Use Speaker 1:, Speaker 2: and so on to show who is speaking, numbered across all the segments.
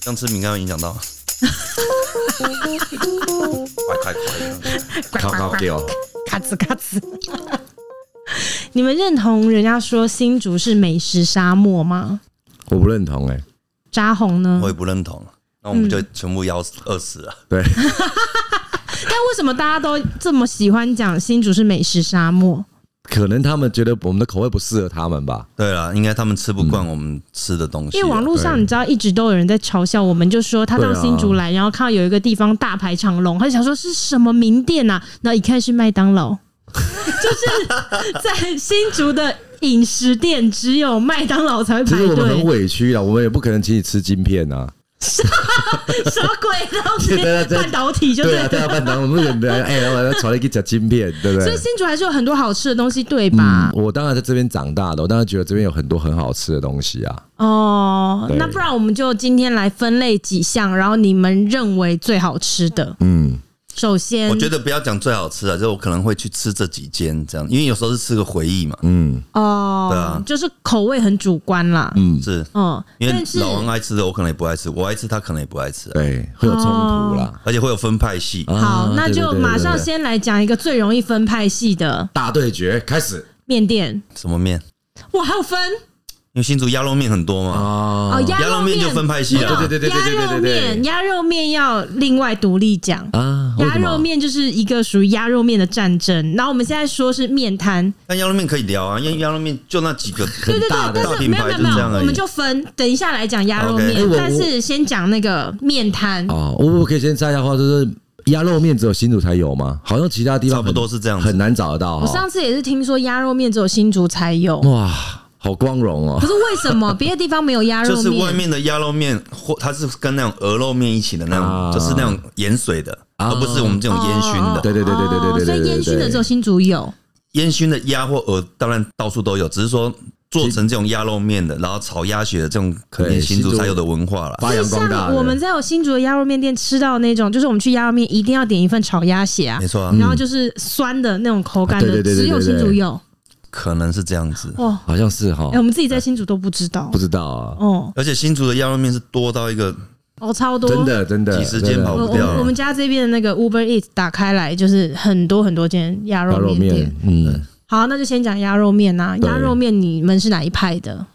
Speaker 1: 这样吃饼干会影响 到。快太快了！
Speaker 2: 靠靠掉，
Speaker 3: 咔哧咔哧。你们认同人家说新竹是美食沙漠吗？
Speaker 2: 我不认同哎、
Speaker 3: 扎红呢
Speaker 1: 我？也不认同，那我们就全部要死饿死
Speaker 3: 嗯
Speaker 1: 了。
Speaker 2: 对，
Speaker 3: 但为什么大家都这么喜欢讲新竹是美食沙漠？
Speaker 2: 可能他们觉得我们的口味不适合他们吧。
Speaker 3: 哎
Speaker 1: 对了，应该他们吃不惯我们吃的东西啊。
Speaker 3: 因为网络上
Speaker 2: 对
Speaker 3: 你知道一直都有人在嘲笑我们，就说他到
Speaker 2: 对啊
Speaker 3: 新竹来，然后看到有一个地方大排长龙，他就想说是什么名店啊？那一看是麦当劳， 就是在新竹的饮食店只有麦当劳才会
Speaker 2: 其
Speaker 3: 排
Speaker 2: 实我们很
Speaker 3: 队，
Speaker 2: 委屈了，我们也不可能请你吃晶片啊。？
Speaker 3: 什么鬼东西
Speaker 2: 对啊对啊
Speaker 3: 半导体就
Speaker 2: 对
Speaker 3: 对
Speaker 2: 啊，
Speaker 3: 了。
Speaker 2: 大家班长，我们忍 得哎，老板传了一个晶片，对不
Speaker 3: 所以
Speaker 2: 对？嗯
Speaker 3: 新竹还是有很多好吃的东西，对吧？
Speaker 2: 我当然在这边长大的，我当然觉得这边有很多很好吃的东西啊。
Speaker 3: 哦，
Speaker 2: 对
Speaker 3: 那不然我们就今天来分类几项，然后你们认为最好吃的。
Speaker 2: 嗯，
Speaker 3: 首先，
Speaker 1: 我觉得不要讲最好吃啊的，就我可能会去吃这几间这样，因为有时候是吃个回忆嘛。
Speaker 3: 哦，
Speaker 1: 对啊
Speaker 3: 就是口味很主观啦。
Speaker 1: 是
Speaker 3: 嗯，
Speaker 1: 因为
Speaker 3: 但是嗯
Speaker 1: 老王啊爱吃的，我可能也不爱吃；我爱吃，他可能也不爱吃啊、
Speaker 2: 对，会有冲突啦。
Speaker 1: 而且会有分派系。
Speaker 2: 啊
Speaker 3: 哦好，那
Speaker 2: 对对
Speaker 3: 就
Speaker 2: 对
Speaker 3: 马
Speaker 2: 对
Speaker 3: 上
Speaker 2: 对
Speaker 3: 先来讲一个最容易分派系的
Speaker 2: 大对决开始
Speaker 3: 面店。
Speaker 1: 什么面？
Speaker 3: 哇，还有分
Speaker 1: 因为新竹鸭肉面很多嘛，
Speaker 2: 啊
Speaker 3: 哦，鸭
Speaker 1: 鸭肉面
Speaker 3: 面
Speaker 1: 就分派系啊了。
Speaker 2: 对对对对对
Speaker 3: 鸭
Speaker 2: 对对
Speaker 3: 肉
Speaker 2: 对
Speaker 3: 面，鸭肉面要另外独立讲。
Speaker 2: 啊为
Speaker 3: 鸭
Speaker 2: 什么
Speaker 3: 肉面就是一个属于鸭肉面的战争，然后我们现在说是面摊，
Speaker 1: 但鸭肉面可以聊啊，因为鸭肉面就那几 个
Speaker 2: 很大
Speaker 3: 但
Speaker 2: 的
Speaker 1: 大
Speaker 3: 是
Speaker 1: 品
Speaker 3: 没有
Speaker 1: 牌
Speaker 3: 没有
Speaker 1: 就
Speaker 3: 没
Speaker 1: 这样
Speaker 3: 有，
Speaker 1: 而
Speaker 3: 我
Speaker 1: 已
Speaker 3: 们。就分，等一下来讲鸭肉
Speaker 1: OK
Speaker 3: 面
Speaker 2: 哎，我
Speaker 3: 但是先讲那个面摊，
Speaker 2: 哦，我我可以先插一下话，就是鸭肉面只有新竹才有吗？好像其他地方
Speaker 1: 差不
Speaker 2: 很
Speaker 1: 多是这样子
Speaker 2: 很难找得到
Speaker 3: 我上
Speaker 2: 哦。
Speaker 3: 次也是听说鸭肉面只有新竹才有，
Speaker 2: 哇，好光荣哦
Speaker 3: 可！是为 什么别的地方没有鸭肉
Speaker 1: 就
Speaker 3: 面？哦
Speaker 1: 是外面的鸭肉面，或它是跟那种鹅肉面一起的那种，
Speaker 2: 啊
Speaker 1: 就是那种盐水的，
Speaker 2: 啊
Speaker 1: 而不是我们这种烟熏
Speaker 3: 哦
Speaker 1: 的。
Speaker 2: 对对对对对对对对
Speaker 3: 所以烟熏的只有新竹有。
Speaker 1: 烟熏的鸭或鹅当然到处都有，只是说做成这种鸭肉面的，然后炒鸭血的这种，肯定
Speaker 2: 对
Speaker 1: 新竹
Speaker 2: 新竹
Speaker 1: 才有的文化了。
Speaker 2: 发扬光大
Speaker 3: 像
Speaker 2: 的。
Speaker 3: 我们在有新竹的鸭肉面店吃到那种，就是我们去鸭肉面一定要点一份炒鸭血啊
Speaker 1: 没，错啊，
Speaker 3: 然后就是酸的那种口感
Speaker 2: 嗯啊
Speaker 3: 的，
Speaker 2: 对对对对
Speaker 3: 只有新竹有。
Speaker 1: 可能是这样子。
Speaker 3: 哦，
Speaker 2: 好像是哈
Speaker 3: 哎，，我们自己在新竹都不知道
Speaker 2: 不。知道啊，
Speaker 3: 哦
Speaker 1: 而且新竹的鸭肉面是多到一个，
Speaker 3: 哦，超多。
Speaker 2: 真的真的，
Speaker 1: 几十间
Speaker 2: 真的
Speaker 1: 跑
Speaker 3: 我
Speaker 1: 不
Speaker 3: 我
Speaker 1: 掉了
Speaker 3: 我们家这边的那个 Uber Eat 打开来，就是很多很多间鸭
Speaker 2: 鸭
Speaker 3: 肉
Speaker 2: 肉
Speaker 3: 面
Speaker 2: 面
Speaker 3: 店。，
Speaker 2: 嗯，
Speaker 3: 好，那就先讲鸭肉面呐。
Speaker 2: 对
Speaker 3: 鸭肉面你们是哪一派 的？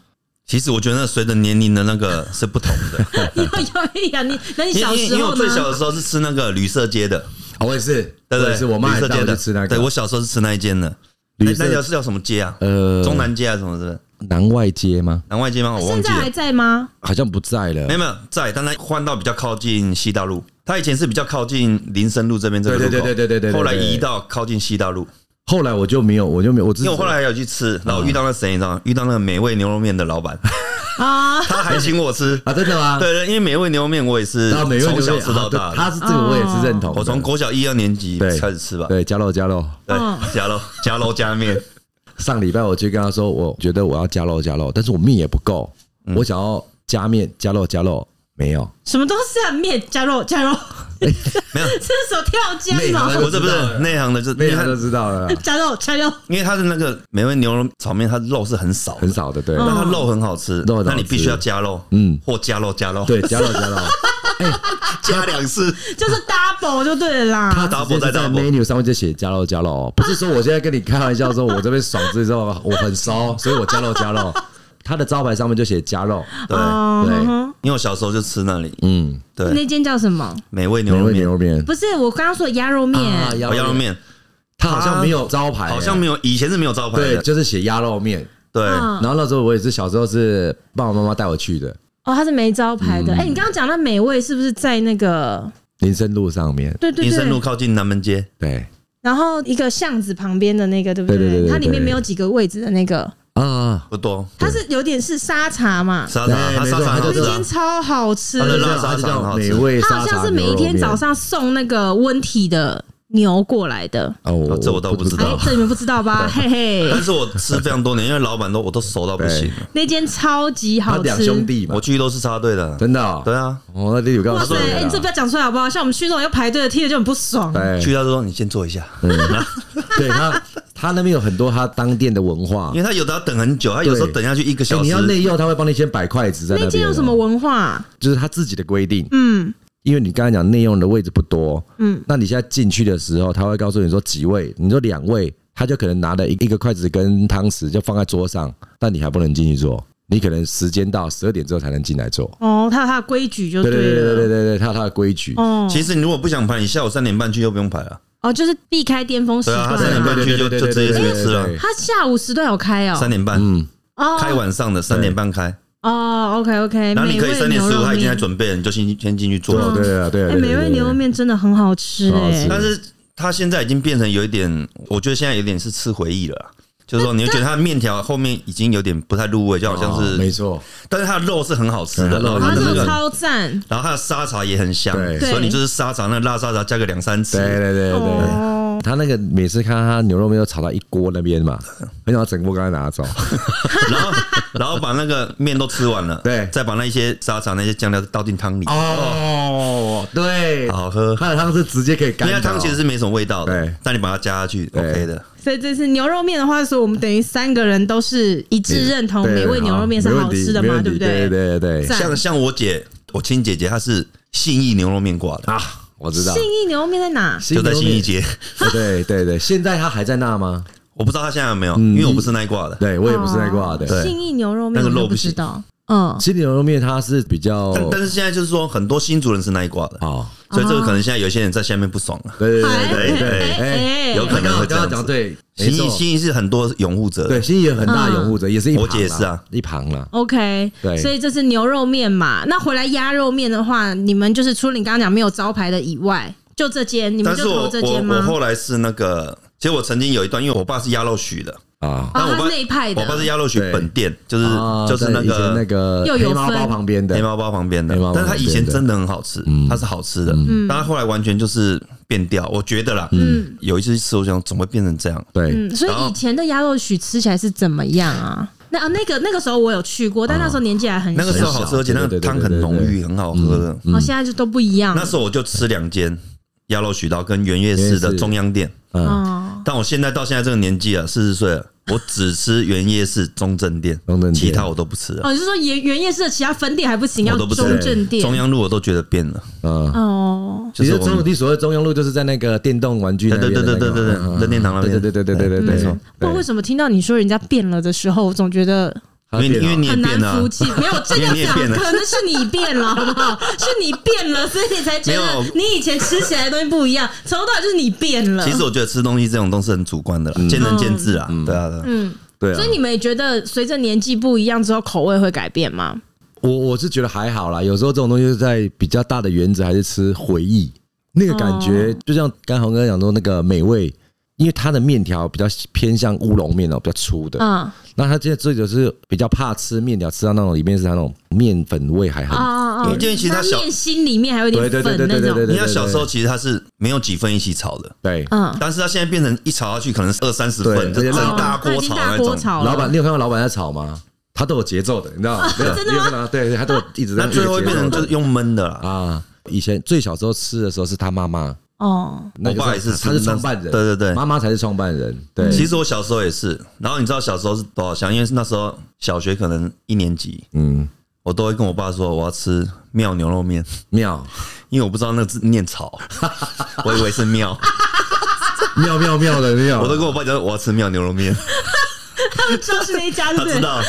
Speaker 1: 其实我觉得随着年龄的那个是不同 的。
Speaker 3: 有有一呀， 你那你
Speaker 1: 因
Speaker 3: 小
Speaker 1: 为因
Speaker 3: 时
Speaker 1: 为
Speaker 3: 候
Speaker 1: 我最小
Speaker 3: 呢？
Speaker 1: 的时候是吃那个旅社街的，
Speaker 2: 啊我也是，
Speaker 1: 对不
Speaker 2: 我
Speaker 1: 对？
Speaker 2: 也是我妈
Speaker 1: 旅
Speaker 2: 也
Speaker 1: 社
Speaker 2: 带
Speaker 1: 街
Speaker 2: 我
Speaker 1: 的
Speaker 2: 去吃那个，
Speaker 1: 对我小时候是吃那一间的。那
Speaker 2: 旅
Speaker 1: 那条
Speaker 2: 社
Speaker 1: 是叫什么街啊？
Speaker 2: 呃
Speaker 1: 中南街啊，什么的？
Speaker 2: 南外街吗？
Speaker 1: 南外街吗？我忘
Speaker 3: 啊现
Speaker 1: 记
Speaker 3: 在
Speaker 1: 了
Speaker 3: 还。在吗？
Speaker 2: 好像不在了
Speaker 1: 没有。没有在，但它换到比较靠近西大路。它以前是比较靠近林森路这边这个路口，
Speaker 2: 对对对对对对对对
Speaker 1: 后来移到靠近西大路，
Speaker 2: 后来我就没有，我就没有，我只
Speaker 1: 因
Speaker 2: 是
Speaker 1: 为我后来还有去吃，然后我遇到那谁，你知道吗？遇到那个美味牛肉面的老 板，
Speaker 3: 啊，
Speaker 1: 他还请我吃。
Speaker 2: 啊，真的吗？，啊
Speaker 1: 对对，因为美味牛肉面我也是
Speaker 2: 然后每位
Speaker 1: 从小
Speaker 2: 都
Speaker 1: 吃到大的，哦
Speaker 2: 他是这个我也是认同的。
Speaker 1: 我从国小一二年级
Speaker 2: 对
Speaker 1: 开始吃吧。
Speaker 2: 对加肉加肉，
Speaker 1: 对
Speaker 3: 嗯，
Speaker 1: 加肉加肉 加面，
Speaker 2: 上礼拜我就跟他说，我觉得我要加肉加肉，但是我面也不够，我想要加面加肉加肉，没有。
Speaker 3: 什么东西啊？面加肉加肉，
Speaker 1: 哎 没有
Speaker 3: 这是手跳加
Speaker 2: 内行
Speaker 3: 吗？
Speaker 2: 的
Speaker 1: 不是不
Speaker 2: 知道
Speaker 1: 是
Speaker 2: 了
Speaker 1: 内行的，就是
Speaker 2: 被
Speaker 1: 因为
Speaker 2: 他
Speaker 1: 它
Speaker 2: 都知道了，
Speaker 3: 加肉加肉，
Speaker 1: 因为它的那个美味牛肉炒面，它肉是很少的，
Speaker 2: 很少的，对，
Speaker 1: 但它肉很好吃，
Speaker 2: 肉很好吃
Speaker 1: 那你必须要加肉，
Speaker 2: 嗯，
Speaker 1: 或加肉加肉，
Speaker 2: 对，加肉加肉，
Speaker 1: 加两次，
Speaker 3: 就是 double 就对了啦。
Speaker 1: 打
Speaker 2: 直
Speaker 1: 破
Speaker 2: 接
Speaker 1: 再
Speaker 2: 在
Speaker 1: 打破。
Speaker 2: menu 上面就写加肉加肉，不是说我现在跟你开玩笑说我这边爽之后我很骚，所以我加肉加肉，它的招牌上面就写加肉，
Speaker 1: 对，
Speaker 3: 哦
Speaker 2: 对
Speaker 3: 哼哼
Speaker 1: 因为我小时候就吃那里，
Speaker 2: 嗯，
Speaker 1: 对，
Speaker 3: 那间叫什么？
Speaker 1: 美味牛
Speaker 2: 牛
Speaker 1: 肉
Speaker 2: 肉
Speaker 1: 面
Speaker 2: 牛、肉面，
Speaker 3: 不是我刚刚说的鸭肉面，
Speaker 2: 啊
Speaker 1: 哦羊肉，面，
Speaker 2: 它好像没有招牌，
Speaker 1: 好像没有，以前是没有招牌
Speaker 2: 哎对，啊
Speaker 1: 的，
Speaker 2: 就是写鸭肉面。
Speaker 1: 对，
Speaker 3: 嗯
Speaker 2: 然后那时候我也是小时候是爸爸妈妈带我去的
Speaker 3: 哦，它是没招牌
Speaker 1: 嗯
Speaker 3: 的。哎，你刚刚讲的美味是不是在那个？
Speaker 2: 林森路上面，
Speaker 3: 对对
Speaker 1: 民生路
Speaker 3: 对，
Speaker 1: 靠近南门街，
Speaker 2: 对
Speaker 3: 然后一个巷子旁边的那个，对不
Speaker 2: 对对对对
Speaker 3: 它里面没有几个位置的那个，
Speaker 2: 啊，
Speaker 1: 不多，
Speaker 3: 它是有点是沙茶嘛，
Speaker 1: 沙茶，
Speaker 2: 对哦
Speaker 1: 它
Speaker 2: 没
Speaker 1: 沙
Speaker 2: 错
Speaker 1: 茶
Speaker 2: 它
Speaker 1: 好
Speaker 2: 就
Speaker 1: 吃
Speaker 3: 那
Speaker 2: 是
Speaker 1: 啊
Speaker 3: 间，超好吃
Speaker 1: 它。的辣
Speaker 2: 它
Speaker 1: 沙
Speaker 2: 就
Speaker 1: 茶很
Speaker 2: 叫
Speaker 1: 好吃
Speaker 2: 美味
Speaker 3: 它
Speaker 2: 沙
Speaker 3: 好像
Speaker 2: 茶
Speaker 3: 是
Speaker 2: 牛
Speaker 3: 每
Speaker 2: 肉
Speaker 3: 一天
Speaker 2: 面
Speaker 3: 早上送那个温体的牛过来的。
Speaker 2: 哦，我
Speaker 1: 啊这我倒不知
Speaker 3: 哎
Speaker 1: 道，
Speaker 3: 这你们不知 道吧？嘿嘿
Speaker 1: 但，是我吃非常多年，因为老板都我都熟到不行了，
Speaker 3: 那间超级
Speaker 2: 他
Speaker 3: 好吃。
Speaker 2: 两兄弟嘛
Speaker 1: 我，去都是插队的，
Speaker 2: 真的哦，
Speaker 1: 对啊，
Speaker 2: 哦，我那里有跟我
Speaker 3: 哇塞，
Speaker 2: 说
Speaker 3: 哎、你这不
Speaker 2: 的
Speaker 3: 要讲出来好不好？
Speaker 2: 哎
Speaker 3: 像我们去那种要排队的，听了就很不爽。
Speaker 2: 啊，
Speaker 1: 去
Speaker 2: 对，
Speaker 1: 他说你先坐一下，
Speaker 2: 对他他那边有很多他当店的文化
Speaker 1: 因。为他有的要等很久，他有时候
Speaker 2: 对
Speaker 1: 等下去一个
Speaker 2: 哎
Speaker 1: 小
Speaker 2: 你
Speaker 1: 时
Speaker 2: 要。内用，他会帮你先摆筷子在
Speaker 3: 那
Speaker 2: 那
Speaker 3: 间
Speaker 2: 边。
Speaker 3: 有什么？文化啊？
Speaker 2: 就是他自己的规定。
Speaker 3: 嗯
Speaker 2: 因为你刚才讲内用的位置不多，
Speaker 3: 嗯，
Speaker 2: 那你现在进去的时候，他会告诉你说几位，你说两位，他就可能拿了一一个筷子跟汤匙就放在桌上，但你还不能进去坐，你可能时间到十二点之后才能进来坐。
Speaker 3: 哦，它有它的规矩就
Speaker 2: 对对对
Speaker 3: 了。
Speaker 2: 对对对对，他有他的规矩。
Speaker 3: 哦，
Speaker 1: 其实你如果不想排，你下午三点半去又不用排了。
Speaker 3: 哦，就是避开巅峰时
Speaker 1: 对
Speaker 3: 段、
Speaker 1: 啊，他三点半去就
Speaker 2: 对对
Speaker 1: 就
Speaker 2: 对
Speaker 1: 直接
Speaker 2: 对
Speaker 1: 出
Speaker 2: 对
Speaker 1: 去吃了
Speaker 2: 对。对
Speaker 3: 它下午时段有开哦，
Speaker 1: 三点半
Speaker 2: 嗯，
Speaker 3: 哦
Speaker 1: 开晚上的，三点半开，
Speaker 3: 哦，OK OK，
Speaker 1: 然后你可以三点十五，他已经在准备了，你就先先进去
Speaker 2: 对
Speaker 1: 做
Speaker 2: 啊
Speaker 1: 了。
Speaker 2: 对啊对啊对啊。
Speaker 3: 哎，美味牛肉面真的很好吃
Speaker 2: 很好吃
Speaker 3: 哎，
Speaker 1: 但是他现在已经变成有一点，我觉得现在有点是吃回忆了啦。就是说，你会觉得它的面条后面已经有点不太入味，就好像
Speaker 2: 哦没
Speaker 1: 是，
Speaker 2: 错，
Speaker 1: 但是它的肉是很好吃的，
Speaker 2: 嗯它
Speaker 1: 然
Speaker 2: 肉
Speaker 1: 后
Speaker 2: 是
Speaker 1: 它的
Speaker 3: 它
Speaker 1: 那
Speaker 2: 很好
Speaker 3: 真
Speaker 2: 吃
Speaker 3: 的
Speaker 1: 个，
Speaker 3: 超赞
Speaker 1: 然后它的沙茶也很香，
Speaker 2: 对
Speaker 1: 所以
Speaker 3: 对
Speaker 1: 你就是沙茶那个辣沙茶加个两三
Speaker 2: 对
Speaker 1: 次，
Speaker 2: 对对对对。
Speaker 3: 哦。
Speaker 2: 他那个每次看他牛肉面都炒到一锅那边嘛，很想整锅给他拿走。
Speaker 1: 然后 然后把那个面都吃完了，
Speaker 2: 对
Speaker 1: 再把那些沙茶那些酱料倒进汤里，
Speaker 2: 哦，对
Speaker 1: 好喝。
Speaker 2: 他的汤是直接可以
Speaker 1: 因
Speaker 2: 干
Speaker 1: 为
Speaker 2: 的
Speaker 1: 它
Speaker 2: 哦。
Speaker 1: 汤其实是没什么味道的
Speaker 2: 对，
Speaker 1: 但你把它加下去
Speaker 2: 对
Speaker 1: ，OK 的。
Speaker 3: 所以这次牛肉面的话，所以我们等于三个人都是一致认同
Speaker 2: 对
Speaker 3: 美味牛肉面是
Speaker 2: 没问
Speaker 3: 好
Speaker 2: 题
Speaker 3: 吃的
Speaker 2: 没
Speaker 3: 嘛，
Speaker 2: 问
Speaker 3: 对
Speaker 2: 题
Speaker 3: 不
Speaker 2: 对？对
Speaker 3: 对？
Speaker 2: 对
Speaker 3: 赞
Speaker 1: 像像我姐，我亲姐姐，她是信义牛肉面挂的，
Speaker 2: 啊，我知道
Speaker 3: 信，义牛肉面在哪？
Speaker 1: 就在信义
Speaker 2: 街。
Speaker 1: 街。
Speaker 2: 对对对，现在他还在那吗？
Speaker 1: 我不知道她现在有没有，
Speaker 3: 嗯
Speaker 1: 因为我不是那一挂的。
Speaker 2: 对我也不是在挂的。
Speaker 1: 对
Speaker 3: 哦信义牛肉面
Speaker 1: 那个
Speaker 3: 我
Speaker 1: 肉
Speaker 3: 都不
Speaker 1: 不行
Speaker 3: 知道。嗯，
Speaker 2: 心里牛肉面它是比较
Speaker 3: 哦
Speaker 1: 但但是现在就是说，很多新主人是那一挂的，
Speaker 2: 好，
Speaker 1: 所以这个可能现在有些人在下面不爽了。
Speaker 2: 对对
Speaker 3: 哎
Speaker 2: 对对对，哎，
Speaker 3: 哎
Speaker 1: 有可能
Speaker 2: 刚
Speaker 1: 会这
Speaker 2: 刚
Speaker 1: 样
Speaker 2: 讲
Speaker 1: 子。
Speaker 2: 对，没
Speaker 1: 信义
Speaker 2: 错，
Speaker 1: 信义是很多拥护者的，
Speaker 2: 对心仪有很大的拥护者，也是一旁啦
Speaker 1: 我姐也是啊，
Speaker 2: 一旁啦。
Speaker 3: OK，
Speaker 2: 对
Speaker 3: 所以这是牛肉面嘛。那回来鸭肉面的话，你们就是除了你刚刚讲没有招牌的以外，就这间，你们
Speaker 1: 但
Speaker 3: 就是
Speaker 1: 我
Speaker 3: 投这
Speaker 1: 我
Speaker 3: 间
Speaker 1: 我
Speaker 3: 吗？
Speaker 1: 后来是那个，其实我曾经有一段，因为我爸是鸭肉许的，
Speaker 2: 啊。
Speaker 1: 但
Speaker 3: 哦，
Speaker 1: 我
Speaker 3: 他
Speaker 1: 爸
Speaker 3: 是内派的，哦
Speaker 1: 我爸是鸭肉许
Speaker 2: 对
Speaker 1: 本店，就是
Speaker 2: 啊
Speaker 1: 就是
Speaker 2: 在
Speaker 1: 那
Speaker 2: 以前
Speaker 1: 个
Speaker 2: 那个
Speaker 3: 又有
Speaker 2: 黑猫
Speaker 3: 分
Speaker 2: 包旁边的
Speaker 1: 黑，猫包旁边的
Speaker 2: 黑猫包，
Speaker 1: 但是他以前
Speaker 2: 旁边的
Speaker 1: 真的很好吃，它是好吃的，但他后来完全就是变掉，我觉得啦，有一次吃我想怎么会变成这样？
Speaker 2: 对，
Speaker 3: 嗯，所
Speaker 1: 然后
Speaker 3: 以以前的鸭肉许吃起来是怎么样啊？那啊，那个那个时候我有去过，但那时候年纪还很嗯小，
Speaker 1: 啊那个时候好吃，而且那个汤很浓郁，很好喝的。
Speaker 3: 哦，现在就都不一样了。
Speaker 1: 那时候我就吃两间鸭肉许刀跟圆月市的中央店，
Speaker 2: 嗯，
Speaker 3: 哦，
Speaker 1: 但我现在到现在这个年纪了，啊四十岁了，我只吃圆月市中正店
Speaker 2: 中正，店
Speaker 1: 其他我都不吃了，
Speaker 3: 哦，你是说原原夜市的其他分店还不行，要
Speaker 1: 我都不吃
Speaker 3: 中正店
Speaker 1: 中央路我都觉得变了，
Speaker 2: 嗯，
Speaker 3: 哦。
Speaker 1: 就
Speaker 2: 其
Speaker 1: 是
Speaker 2: 实
Speaker 1: 我
Speaker 2: 中
Speaker 1: 们
Speaker 2: 地所谓中央路就是在那个电动玩具那边的那个，
Speaker 1: 对对对对对对对
Speaker 2: 嗯
Speaker 1: 任天堂那边
Speaker 2: 对对对对对对对，
Speaker 1: 没错
Speaker 3: 不知道为什么听到你说人家变了的时候，我总觉得
Speaker 2: 么
Speaker 1: 因为因为你也
Speaker 3: 很
Speaker 1: 变
Speaker 3: 难
Speaker 1: 了啊
Speaker 3: 服，气。没有这
Speaker 1: 因为
Speaker 3: 个
Speaker 1: 你也
Speaker 3: 讲，
Speaker 1: 变了
Speaker 3: 可能是你变了，好 不好？是你变了，所以你才觉
Speaker 1: 没
Speaker 3: 得
Speaker 1: 有
Speaker 3: 你以前吃起来的东西不一样，从头到尾就是你变了。
Speaker 1: 其实我觉得吃东西这种东西很主观的啦，见仁见智啊，对啊对啊。
Speaker 3: 嗯，
Speaker 2: 对啊
Speaker 3: 所以。你们也觉得随着年纪不一样之后，口味会改变吗？
Speaker 2: 我我是觉得还好啦，有时候这种东西是在比较大的原则还是吃回忆，那个感觉就像刚才红哥讲说那个美味，因为它的面条比较偏向乌龙面哦，比较粗的。
Speaker 3: 嗯，
Speaker 2: 那他现在这就是比较怕吃面条，吃到那种里面是那种面粉味还很。
Speaker 3: 哦哦
Speaker 1: 因为其实它小
Speaker 3: 面心里面还有点
Speaker 2: 对对对
Speaker 3: 粉
Speaker 2: 对
Speaker 3: 那
Speaker 2: 对对对
Speaker 3: 种，
Speaker 1: 你
Speaker 2: 对，
Speaker 1: 看小时候其实它是没有几份一起炒的，
Speaker 2: 对，
Speaker 3: 嗯，
Speaker 1: 但是它现在变成一炒下去可能是二三十
Speaker 2: 对
Speaker 1: 份，就
Speaker 2: 而且
Speaker 1: 整
Speaker 2: 那
Speaker 3: 哦
Speaker 1: 大
Speaker 3: 那
Speaker 1: 锅
Speaker 3: 已经
Speaker 1: 炒
Speaker 3: 大
Speaker 1: 那
Speaker 3: 锅
Speaker 1: 种。
Speaker 3: 炒了
Speaker 2: 老板，你有看到老板在炒吗？他都有节奏的，你知道吗？真的吗？对，对他都有一直在
Speaker 1: 那
Speaker 2: 有节奏。
Speaker 1: 最后会变成就是用焖的啦。
Speaker 2: 啊，以前最小时候吃的时候是他妈妈，
Speaker 3: 哦，
Speaker 2: 那
Speaker 1: 我
Speaker 2: 个
Speaker 1: 爸也
Speaker 2: 时候
Speaker 1: 是吃
Speaker 2: 他是
Speaker 1: 那
Speaker 2: 创办人，
Speaker 1: 对对对
Speaker 2: 妈妈才是创办人，对，
Speaker 1: 其实我小时候也是，然后你知道小时候是多少香？因为那时候小学可能一年级，
Speaker 2: 嗯，
Speaker 1: 我都会跟我爸说我要吃妙牛肉面，
Speaker 2: 妙
Speaker 1: 因为我不知道那个字念炒， 我以为是妙，
Speaker 2: 妙妙妙的妙，
Speaker 1: 我都跟我爸讲我要吃妙牛肉 面，
Speaker 3: 他们知道是那一家，对
Speaker 1: 他
Speaker 3: 不
Speaker 1: 知
Speaker 3: 对？
Speaker 1: 道，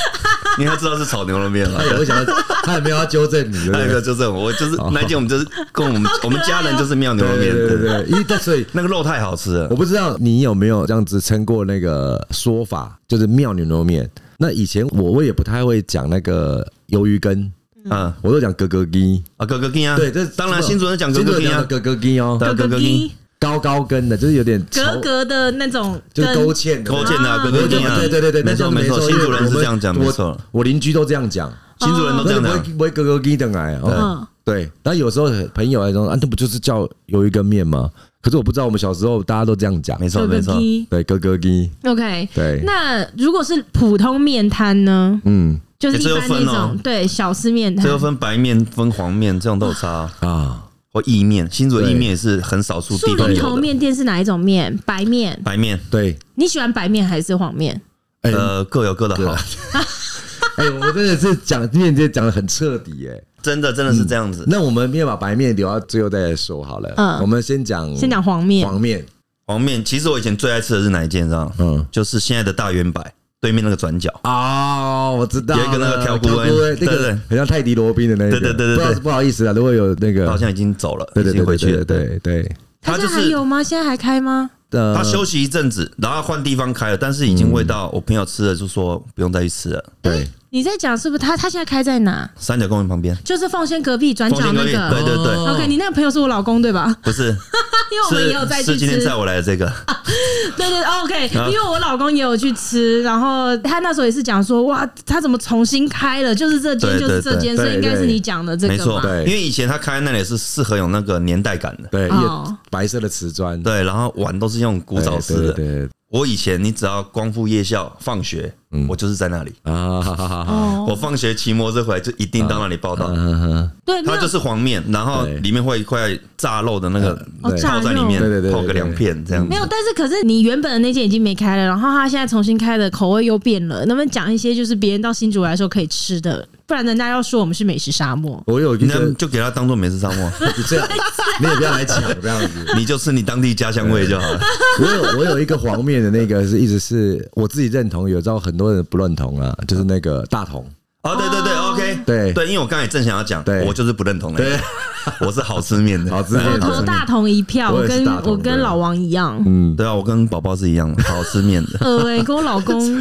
Speaker 1: 因为他知道是炒牛肉面 了
Speaker 2: 他。也会想要，他也没有要纠正你，对不
Speaker 1: 那
Speaker 2: 对
Speaker 1: 个就这种，我就是那一天我们就是跟 我们我们家人就是妙牛肉
Speaker 2: 哦对
Speaker 1: 面，
Speaker 2: 对对对，因为但所以
Speaker 1: 那个肉太好吃了
Speaker 2: 我。不知道你有没有这样子撑过那个说法，就是妙牛肉面。那以前我我也不太会讲那个鱿鱼羹，
Speaker 1: 嗯，
Speaker 2: 我都讲格格鸡。
Speaker 1: 啊，哥哥羹啊，
Speaker 2: 对，这
Speaker 1: 当然新主人讲哥哥羹啊，
Speaker 2: 格格鸡哦，
Speaker 1: 对
Speaker 3: 格格
Speaker 1: 鸡
Speaker 3: 鸡
Speaker 2: 高高跟的，就是有点
Speaker 3: 格
Speaker 2: 朝
Speaker 3: 格的那种
Speaker 2: 就
Speaker 3: 跟，
Speaker 2: 是勾芡的
Speaker 1: 勾芡的啊
Speaker 3: 啊
Speaker 1: 哥
Speaker 2: 对
Speaker 1: 哥
Speaker 2: 对
Speaker 1: 羹啊，
Speaker 2: 对对对对，
Speaker 1: 没
Speaker 2: 那
Speaker 1: 错
Speaker 2: 是
Speaker 1: 没错，
Speaker 2: 错，
Speaker 1: 新
Speaker 2: 因为
Speaker 1: 主人是
Speaker 2: 我
Speaker 1: 这样讲，
Speaker 2: 我
Speaker 1: 没错，
Speaker 2: 我邻居都这样讲，
Speaker 1: 新主人都
Speaker 2: 那
Speaker 1: 这
Speaker 2: 就
Speaker 1: 样
Speaker 2: 不
Speaker 1: 讲，
Speaker 2: 会不会格格鸡等来哦。
Speaker 3: 嗯，
Speaker 2: 对，但有时候朋友来说啊，这不就是叫鱿鱼羹面吗？可是我不知道，我们小时候大家都这样讲，
Speaker 1: 没错
Speaker 3: 格
Speaker 1: 没
Speaker 3: 格
Speaker 1: 错。
Speaker 3: 鸡
Speaker 2: 对，格格鸡，
Speaker 3: OK。
Speaker 2: 对，
Speaker 3: 那如果是普通面摊呢？
Speaker 2: 嗯
Speaker 3: 就是
Speaker 1: 欸
Speaker 3: 一
Speaker 1: 这又
Speaker 3: 般那
Speaker 1: 分哦
Speaker 3: 种对小吃面
Speaker 1: 这
Speaker 3: 摊
Speaker 1: 又，分白面、分黄面，这种都有差啊、
Speaker 2: 啊，
Speaker 1: 或意面，新竹的
Speaker 2: 对
Speaker 1: 意面也是很少数
Speaker 3: 树
Speaker 1: 地方
Speaker 3: 林
Speaker 1: 有
Speaker 3: 头
Speaker 1: 的。
Speaker 3: 面店是哪一种面？白面。
Speaker 1: 白面，
Speaker 2: 对，
Speaker 3: 你喜欢白面还是黄面？
Speaker 2: 哎、啊
Speaker 1: 呃，各有各的好，
Speaker 2: 哎、我真的是讲面这讲的很彻底哎、
Speaker 1: 真的真的是这样子。
Speaker 2: 那我们先把白面留到最后再来说好了。
Speaker 3: 嗯
Speaker 2: 我们先讲
Speaker 3: 先讲黄面
Speaker 2: 黄面，
Speaker 1: 黄面，其实我以前最爱吃的是哪一件，你知道吗？
Speaker 2: 嗯，
Speaker 1: 就是现在的大圆柏对面那个转角。
Speaker 2: 哦，我知道了，
Speaker 1: 有一个那个挑
Speaker 2: 挑
Speaker 1: 骨
Speaker 2: 骨
Speaker 1: 恩
Speaker 2: 恩那
Speaker 1: 对对
Speaker 2: 个很像泰迪罗宾的那一个，
Speaker 1: 对对对对对
Speaker 2: 不知道不好意思啊，如果有那个，
Speaker 1: 他好像已经走了，
Speaker 2: 对
Speaker 1: 已
Speaker 2: 对
Speaker 1: 经
Speaker 2: 对
Speaker 1: 回去了。
Speaker 2: 对，对对对，
Speaker 1: 他
Speaker 3: 它
Speaker 1: 就
Speaker 3: 现在还
Speaker 1: 是
Speaker 3: 有吗？现在还开吗？
Speaker 2: 呃
Speaker 1: 他休息一阵子，然后换地方开了，但是已经味道，我朋友吃了就说不用再去吃了。
Speaker 2: 对
Speaker 3: 你在讲是不是？他他现在开在哪？
Speaker 1: 三角公园旁边，
Speaker 3: 就是奉先隔壁转角那
Speaker 1: 风景隔壁
Speaker 3: 个。
Speaker 1: 对对对，
Speaker 3: OK，你那个朋友是我老公对吧？
Speaker 1: 不是，
Speaker 3: 因为我们也有再
Speaker 1: 是
Speaker 3: 去
Speaker 1: 是今
Speaker 3: 吃啊
Speaker 1: 天。载我来的这个，
Speaker 3: 对对哦，OK，因为我老公也有去吃，然后他那时候也是讲说，哇，他怎么重新开了？就是这
Speaker 1: 对
Speaker 3: 间，就是这间，
Speaker 2: 对对
Speaker 3: 所以应该是你讲的这
Speaker 1: 没
Speaker 3: 个
Speaker 1: 错
Speaker 3: 吧？，
Speaker 2: 对
Speaker 1: 因为以前他开那里是适合有那个年代感的，
Speaker 2: 对，
Speaker 3: 哦
Speaker 2: 一个白色的瓷砖，
Speaker 1: 对，然后碗都是用古
Speaker 2: 对，
Speaker 1: 早式
Speaker 2: 对
Speaker 1: 的。
Speaker 2: 对对
Speaker 1: 我以前你只要光复夜校放学，
Speaker 2: 嗯
Speaker 1: 我就是在那里，
Speaker 2: 啊，哈哈哈哈
Speaker 1: 我
Speaker 3: 哦，
Speaker 1: 放学骑摩托车回来就一定到那里报道。
Speaker 2: 嗯哼
Speaker 3: 对，没
Speaker 1: 它
Speaker 3: 有
Speaker 1: 就是黄面，然后
Speaker 2: 对
Speaker 1: 里面会一块炸肉的那个
Speaker 2: 哦对
Speaker 1: 泡在里面
Speaker 2: 炸肉对对对，对
Speaker 1: 泡个两片这样
Speaker 3: 没
Speaker 1: 子。
Speaker 3: 有，但是可是你原本的那间已经没开了，然后他现在重新开的口味又变了，能不能讲一些就是别人到新竹来的时候可以吃的？不然人家要说我们是美食沙漠。
Speaker 2: 我有一
Speaker 1: 那
Speaker 2: 个
Speaker 1: 就给它当做美食沙漠，
Speaker 2: 这 样，你也不要来抢这样子。
Speaker 1: 你就吃你当地家乡味就好了。
Speaker 2: 我有我有一个黄面的那个是一直是我自己认同，有知道很多人不认同啊，就是那个大同，
Speaker 1: 哦，对对对，OK，
Speaker 2: 对
Speaker 1: 对，因为我刚才正想要讲
Speaker 2: 对，
Speaker 1: 我就是不认同的，我是好吃面的，
Speaker 2: 好吃面
Speaker 3: 我
Speaker 2: 对
Speaker 3: 投大同一票，
Speaker 2: 我
Speaker 3: 我
Speaker 2: 也是
Speaker 3: 跟
Speaker 2: 大同
Speaker 3: 我跟
Speaker 2: 对
Speaker 3: 老王一样。。
Speaker 2: 嗯，
Speaker 1: 对啊，我跟宝宝是一样 的，好吃面的
Speaker 3: 呃、欸，跟我老公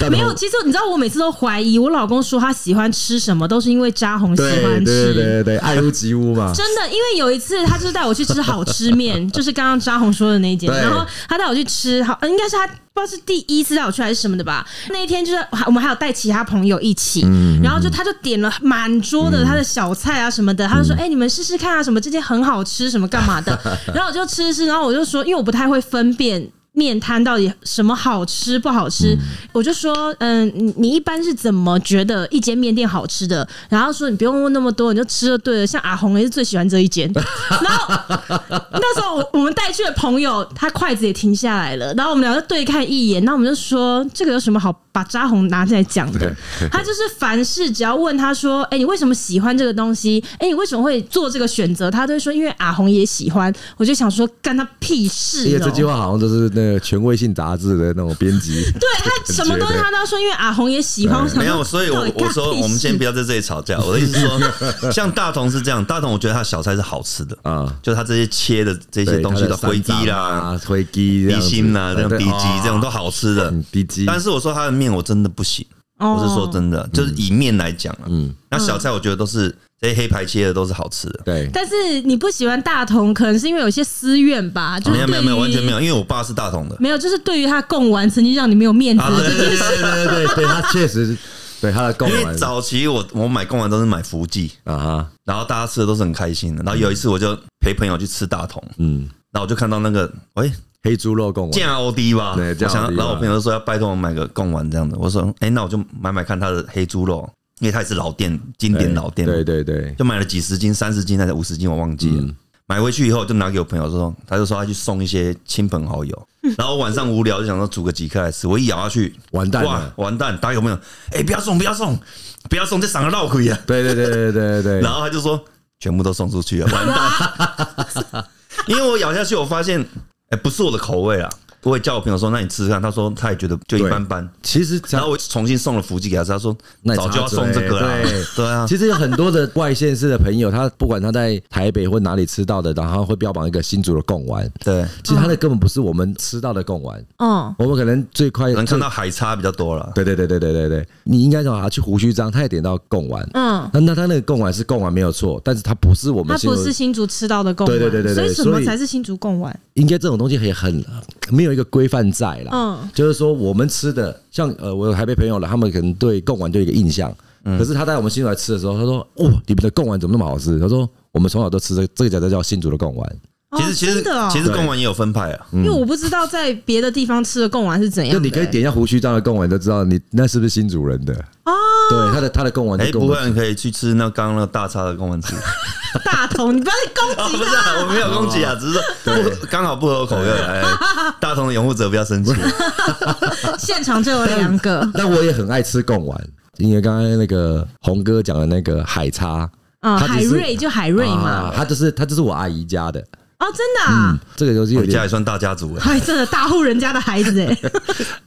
Speaker 2: 大同
Speaker 3: 没有。其实你知道，我每次都怀疑我老公说他喜欢吃什么，都是因为扎红喜
Speaker 2: 对对
Speaker 3: 欢
Speaker 2: 对
Speaker 3: 吃。
Speaker 2: 对对，爱屋及乌嘛，
Speaker 1: 哦
Speaker 3: 真的，因为有一次他就是带我去吃好吃面，就是刚刚扎红说的那一间，
Speaker 2: 对
Speaker 3: 然后他带我去吃好，呃应该是他不知道是第一次带我去还是什么的吧。那一天就是我们还有带其他朋友一起，然后就他就点了满桌的他的小菜啊什么的，他就说：“哎、你们试试看啊，什么这间很好吃，什么干嘛的。”然后我就吃吃，然后我就说，因为我不太会分辨。面摊到底什么好吃不好吃？我就说，嗯，你你一般是怎么觉得一间面店好吃的？然后说你不用问那么多，你就吃就对了。像阿红也是最喜欢这一间，然后那时候我我们带去的朋友，他筷子也停下来了，然后我们俩就对看一眼，那我们就说这个有什么好把扎红拿进来讲的？他就是凡事只要问他说，哎、你为什么喜欢这个东西？哎、你为什么会做这个选择？他都会说因为阿红也喜欢。我就想说干他屁事、
Speaker 2: 因为
Speaker 3: 哦！
Speaker 2: 这句话好像都是那个权威性杂志的那种编辑，
Speaker 3: 对他什么东西他都要说，因为阿红也喜欢。我想说
Speaker 1: 没有，所以我
Speaker 3: 到底干
Speaker 1: 我说
Speaker 3: 屁事
Speaker 1: 我们先不要在这里吵架。我的意思是 说，像大同是这样，大同我觉得它小菜是好吃的
Speaker 2: 啊
Speaker 1: 啊，就它这些切的 这
Speaker 2: 对
Speaker 1: 些东西的回
Speaker 2: 它的
Speaker 1: 滴啦、
Speaker 2: 三杂啊灰鸡、
Speaker 1: 地心啦、这样
Speaker 2: 对
Speaker 1: 地鸡
Speaker 2: 哦
Speaker 1: 这种都好吃的。
Speaker 2: 嗯地鸡，
Speaker 1: 但是我说它的面我真的不行，
Speaker 3: 哦
Speaker 1: 我是说真的，就是以面来讲啊，
Speaker 2: 嗯
Speaker 1: 那小菜我觉得都是这些黑白切的都是好吃的。
Speaker 2: 对
Speaker 3: 但是你不喜欢大同，可能是因为有些私怨吧？
Speaker 2: 哦
Speaker 3: 就是
Speaker 1: 啊没有没有没有
Speaker 3: 对于
Speaker 1: 完全没有，因为我爸是大同的，
Speaker 2: 嗯
Speaker 3: 没有，就是对于他的贡丸曾经让你没有面子
Speaker 1: 啊对
Speaker 3: 这件事。
Speaker 2: 对对对对，对他确实对他的购
Speaker 1: 因为
Speaker 2: 买
Speaker 1: 早期我我买贡丸都是买福记，
Speaker 2: 啊哈，
Speaker 1: 然后大家吃的都是很开心的。然后有一次我就陪朋友去吃大同，
Speaker 2: 嗯，
Speaker 1: 然后我就看到那个喂
Speaker 2: 黑猪肉贡丸，
Speaker 1: 酱 O D 吧，
Speaker 2: 对
Speaker 1: 我想要，
Speaker 2: 酱啊 OD 吧
Speaker 1: 然后我朋友就说要拜托我买个贡丸这样子，我说哎那我就买买看他的黑猪肉，因为它也是老店经典老店，
Speaker 2: 对对对，
Speaker 1: 就买了几十斤、三十斤还是五十斤，我忘记了。
Speaker 2: 嗯
Speaker 1: 买回去以后就拿给我朋友说，他就说他去送一些亲朋好 友。然后晚上无聊就想说煮个几颗来吃，我一咬下去，
Speaker 2: 完蛋了
Speaker 1: 哇，完蛋！打给我朋友，哎、不要送，不要送，不要送，这赏个闹亏啊！
Speaker 2: 对对对对对对
Speaker 1: 然
Speaker 2: 对，
Speaker 1: 后他就说全部都送出去了，完蛋！ 因为我咬下去，我发现哎、不是我的口味啊。我也叫我朋友说，那你吃吃看。他说他也觉得就一般般。
Speaker 2: 其实
Speaker 1: 然后我重新送了福记给他吃，他说
Speaker 2: 那也
Speaker 1: 早就要送这个
Speaker 2: 插
Speaker 1: 了
Speaker 2: 嘴对。
Speaker 1: 对啊，
Speaker 2: 其实有很多的外县市的朋友，他不管他在台北或哪里吃到的，然后会标榜一个新竹的贡丸，
Speaker 1: 对，
Speaker 2: 其实他的根本不是我们吃到的贡丸，
Speaker 3: 嗯，
Speaker 2: 我们可能最快
Speaker 1: 能
Speaker 2: 最
Speaker 1: 看到海叉比较多了。
Speaker 2: 对对对对对对对，你应该找他去胡须章，他也点到贡丸，
Speaker 3: 嗯
Speaker 2: 那那他那个贡丸是贡丸没有错，但是他不是我们
Speaker 3: 它
Speaker 2: 现
Speaker 3: 不
Speaker 2: 在
Speaker 3: 是新竹吃到的贡丸，
Speaker 2: 对对对对对
Speaker 3: 所以什
Speaker 2: 所
Speaker 3: 么
Speaker 2: 以
Speaker 3: 才是新竹贡丸？
Speaker 2: 应该这种东西也很没有一个规范在啦。
Speaker 3: 嗯
Speaker 2: 就是说我们吃的，像呃，我有台北朋友了，他们可能对贡丸就有一个印象，
Speaker 1: 嗯
Speaker 2: 可是他带我们新竹来吃的时候，他说：“哇，你们的贡丸怎么那么好吃？”他说：“我们从小都吃这个，这个叫做叫新竹的贡丸，
Speaker 3: 哦
Speaker 1: 其实其实
Speaker 3: 真的哦
Speaker 1: 其实贡丸也有分派啊，
Speaker 3: 因为我不知道在别的地方吃的贡丸是怎样
Speaker 2: 就
Speaker 1: 哎
Speaker 3: 的欸，
Speaker 2: 你可以点一下胡须章的贡丸，就知道你那是不是新竹人的。
Speaker 3: 哦，
Speaker 2: 对，他的他的贡丸
Speaker 1: 哎、
Speaker 2: 就跟
Speaker 1: 不
Speaker 2: 我
Speaker 1: 会
Speaker 2: 们
Speaker 1: 啊，你可以去吃那刚刚那大叉的公文 吃。
Speaker 3: 啊大头，你不要去攻
Speaker 1: 不
Speaker 3: 击
Speaker 1: 是、
Speaker 3: 他。
Speaker 1: 啊，我没有攻击啊，只是说不刚好不合我口味。哎，大同的拥护者不要生 气。
Speaker 3: 现场就有两个，
Speaker 2: 但我也很爱吃贡丸，因为刚刚那个红哥讲的那个海叉，
Speaker 3: 嗯，
Speaker 2: 他只
Speaker 3: 海
Speaker 2: 是
Speaker 3: 瑞就海瑞嘛
Speaker 2: 啊，，嗯他就是他就是我阿姨家的，
Speaker 3: 哦，真的啊，
Speaker 2: 这个就是有
Speaker 1: 我家
Speaker 2: 点
Speaker 1: 也算大家 族哎、
Speaker 3: 哎，真的大户人家的孩子哎，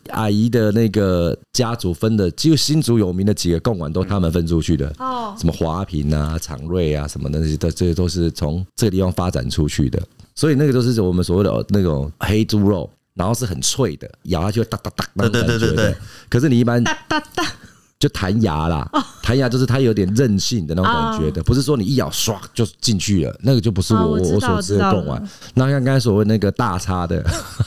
Speaker 2: 阿姨的那个家族分的，只有新竹有名的几个贡丸都他们分出去的，
Speaker 3: 哦，
Speaker 2: 什么华平啊、长瑞啊什么的，那些都这些都是从这个地方发展出去的，所以那个都是我们所谓的那种黑猪肉。然后是很脆的，咬下去会哒哒哒那种
Speaker 1: 对
Speaker 2: 感觉
Speaker 1: 对
Speaker 2: 的。
Speaker 1: 对对对
Speaker 2: 可是你一般
Speaker 3: 哒哒哒，
Speaker 2: 就弹牙啦，弹牙就是它有点韧性的那种感觉的，不是说你一咬唰就进去了，那个就不是我、
Speaker 3: 哦我知道
Speaker 2: 我所吃的
Speaker 3: 我知道
Speaker 2: 贡丸。那像刚才所谓那个大叉的，